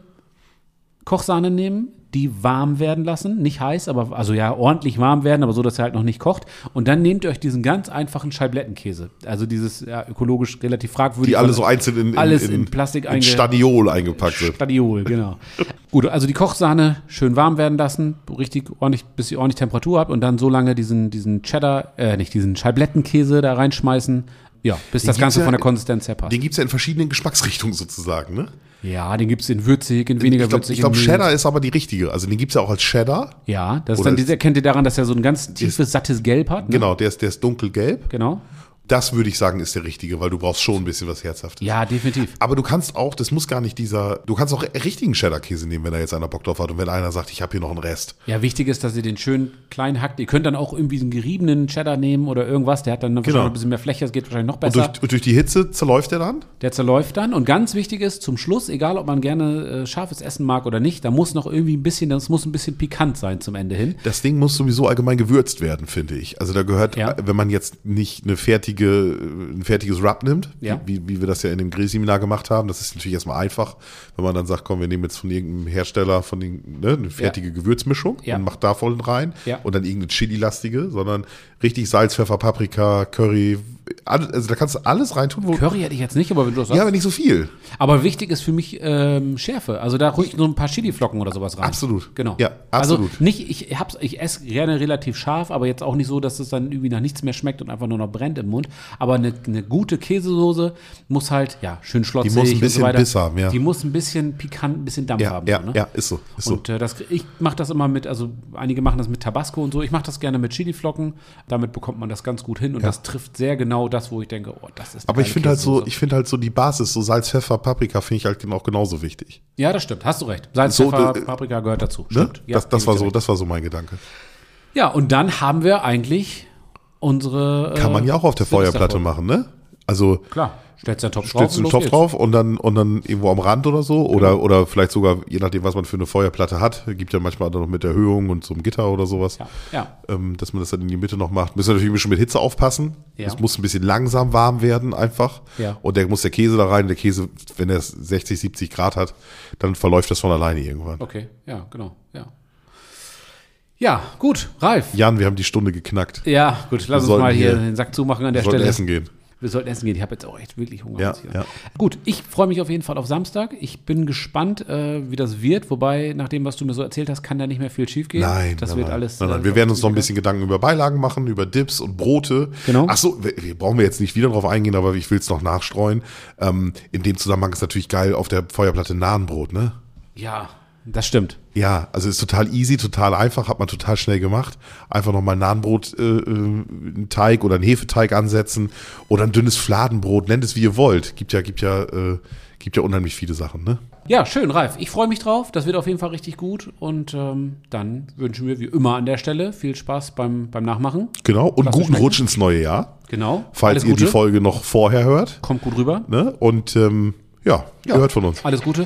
Kochsahne nehmen, die warm werden lassen, nicht heiß, aber also ja ordentlich warm werden, aber so, dass er halt noch nicht kocht. Und dann nehmt ihr euch diesen ganz einfachen Scheiblettenkäse, also dieses ja, ökologisch relativ fragwürdige,
Die alle so einzeln in, in,
alles in Plastik
in
einge-
Stadiol eingepackt sind.
Stadiol, genau. [laughs] Gut, also die Kochsahne schön warm werden lassen, richtig ordentlich, bis ihr ordentlich Temperatur habt und dann so lange diesen diesen Cheddar, äh, nicht diesen Scheiblettenkäse da reinschmeißen. Ja, bis das
gibt's
Ganze
ja-
von der Konsistenz her passt.
Den gibt es ja in verschiedenen Geschmacksrichtungen sozusagen, ne?
ja, den gibt es in würzig, in weniger
ich glaube,
würzig.
glaub,
in mild.
Cheddar ist aber die richtige. Also den gibt es ja auch als Cheddar.
Ja, das ist
Oder
dann,
ist-
dieser kennt ihr daran, dass er so ein ganz tiefes, sattes Gelb hat. Ne?
Genau, der ist, der ist dunkelgelb.
Genau.
Das würde ich sagen, ist der richtige, weil du brauchst schon ein bisschen was Herzhaftes.
Ja, definitiv.
Aber du kannst auch, das muss gar nicht dieser, du kannst auch richtigen Cheddar-Käse nehmen, wenn da jetzt einer Bock drauf hat und wenn einer sagt, ich habe hier noch einen Rest.
Ja, wichtig ist, dass ihr den schön klein hackt. Ihr könnt dann auch irgendwie einen geriebenen Cheddar nehmen oder irgendwas. Der hat dann wahrscheinlich
Genau.
noch ein bisschen mehr Fläche, das geht wahrscheinlich noch
Und
besser.
durch, und durch die Hitze zerläuft er dann.
Der zerläuft dann. Und ganz wichtig ist, zum Schluss, egal ob man gerne äh, scharfes Essen mag oder nicht, da muss noch irgendwie ein bisschen, das muss ein bisschen pikant sein zum Ende hin.
Das Ding muss sowieso allgemein gewürzt werden, finde ich. Also da gehört,
Ja.
wenn man jetzt nicht eine fertige, ein fertiges Rub nimmt,
Ja.
wie, wie wir das ja in dem Grillseminar gemacht haben, das ist natürlich erstmal einfach, wenn man dann sagt, komm, wir nehmen jetzt von irgendeinem Hersteller von den, ne, eine fertige Gewürzmischung
Ja.
und macht da voll rein
Ja.
und dann irgendeine Chili-lastige, sondern richtig Salz, Pfeffer, Paprika, Curry, alles, also da kannst du alles reintun, wo,
Curry hätte ich jetzt nicht, aber wenn du das sagst.
ja, aber nicht so viel.
Aber wichtig ist für mich ähm, Schärfe. Also da ruhig nur ein paar Chiliflocken oder sowas rein.
Absolut.
Genau.
Ja, absolut.
Also nicht, ich hab's, ich esse gerne relativ scharf, aber jetzt auch nicht so, dass es dann irgendwie nach nichts mehr schmeckt und einfach nur noch brennt im Mund. Aber eine, eine gute Käsesoße muss halt, ja, schön schlotzig
Die muss ein
und
bisschen
so weiter.
Biss haben, ja.
Die muss ein bisschen pikant, ein bisschen Dampf
Ja,
haben.
ja,
so, ne?
ja, ist so, ist so.
Und äh, das, ich mache das immer mit, also einige machen das mit Tabasco und so. Ich mache das gerne mit Chiliflocken. Damit bekommt man das ganz gut hin und das trifft sehr genau das, wo ich denke, oh, das ist. eine
Aber ich
geile
finde halt so,
Käsesoße.
ich finde halt so die Basis, so Salz, Pfeffer, Paprika, finde ich halt eben auch genauso wichtig.
Ja, das stimmt. Hast du recht. Salz,
So,
Pfeffer,
äh,
Paprika gehört dazu.
Ne?
Stimmt. Ja,
das, das
gebe
war
ich dir
so,
recht.
das war so mein Gedanke.
Ja, und dann haben wir eigentlich unsere.
Kann man ja auch auf der Feuerplatte
machen.
machen, ne? Also
Klar. Stellst den Topf
stellst du einen
los Genau.
Topf
geht's.
drauf und dann, und dann irgendwo am Rand oder so. Oder, oder vielleicht sogar, je nachdem, was man für eine Feuerplatte hat, gibt ja manchmal dann noch mit Erhöhung und so einem Gitter oder sowas.
Ja, ja.
Ähm, dass man das dann in die Mitte noch macht. Müssen wir natürlich ein bisschen mit Hitze aufpassen.
Ja.
Es muss ein bisschen langsam warm werden einfach.
Ja.
Und der muss der Käse da rein. Der Käse, wenn er 60, 70 Grad hat, dann verläuft das von alleine irgendwann.
Okay, ja, genau. Ja. ja, gut, Ralf.
Jan, wir haben die Stunde geknackt.
Ja, gut, lass uns
sollten
mal hier
hier-
den Sack zumachen an der
Wir sollten
Stelle.
essen gehen.
wir sollten essen gehen. Ich habe jetzt auch echt wirklich Hunger.
Ja,
muss ich sagen.
ja.
Gut, ich freue mich auf jeden Fall auf Samstag. Ich bin gespannt, äh, wie das wird. Wobei, nach dem, was du mir so erzählt hast, kann da nicht mehr viel schief gehen.
Nein,
das
nein,
wird
nein.
alles.
Nein, nein.
äh,
Wir werden uns noch ein bisschen Gedanken über Beilagen machen, über Dips und Brote.
Genau.
Ach so, wir, wir brauchen wir jetzt nicht wieder drauf eingehen, aber ich will es noch nachstreuen. Ähm, in dem Zusammenhang ist natürlich geil auf der Feuerplatte Nahenbrot, ne?
Ja, das stimmt.
Ja, also ist total easy, total einfach, hat man total schnell gemacht. Einfach nochmal ein Nahenbrot, äh, äh, einen Teig oder einen Hefeteig ansetzen oder ein dünnes Fladenbrot, nennt es wie ihr wollt. Gibt ja, gibt ja, äh, gibt ja unheimlich viele Sachen, ne?
Ja, schön, Ralf. Ich freue mich drauf. Das wird auf jeden Fall richtig gut. Und ähm, dann wünschen wir wie immer an der Stelle viel Spaß beim, beim Nachmachen.
Genau. Und
Lass es
guten
schmecken.
Rutsch ins neue Jahr,
Genau.
falls
Alles
ihr
Gute.
die Folge noch vorher hört.
Kommt gut rüber.
Ne? Und ähm, ja, ihr hört von uns.
Alles Gute.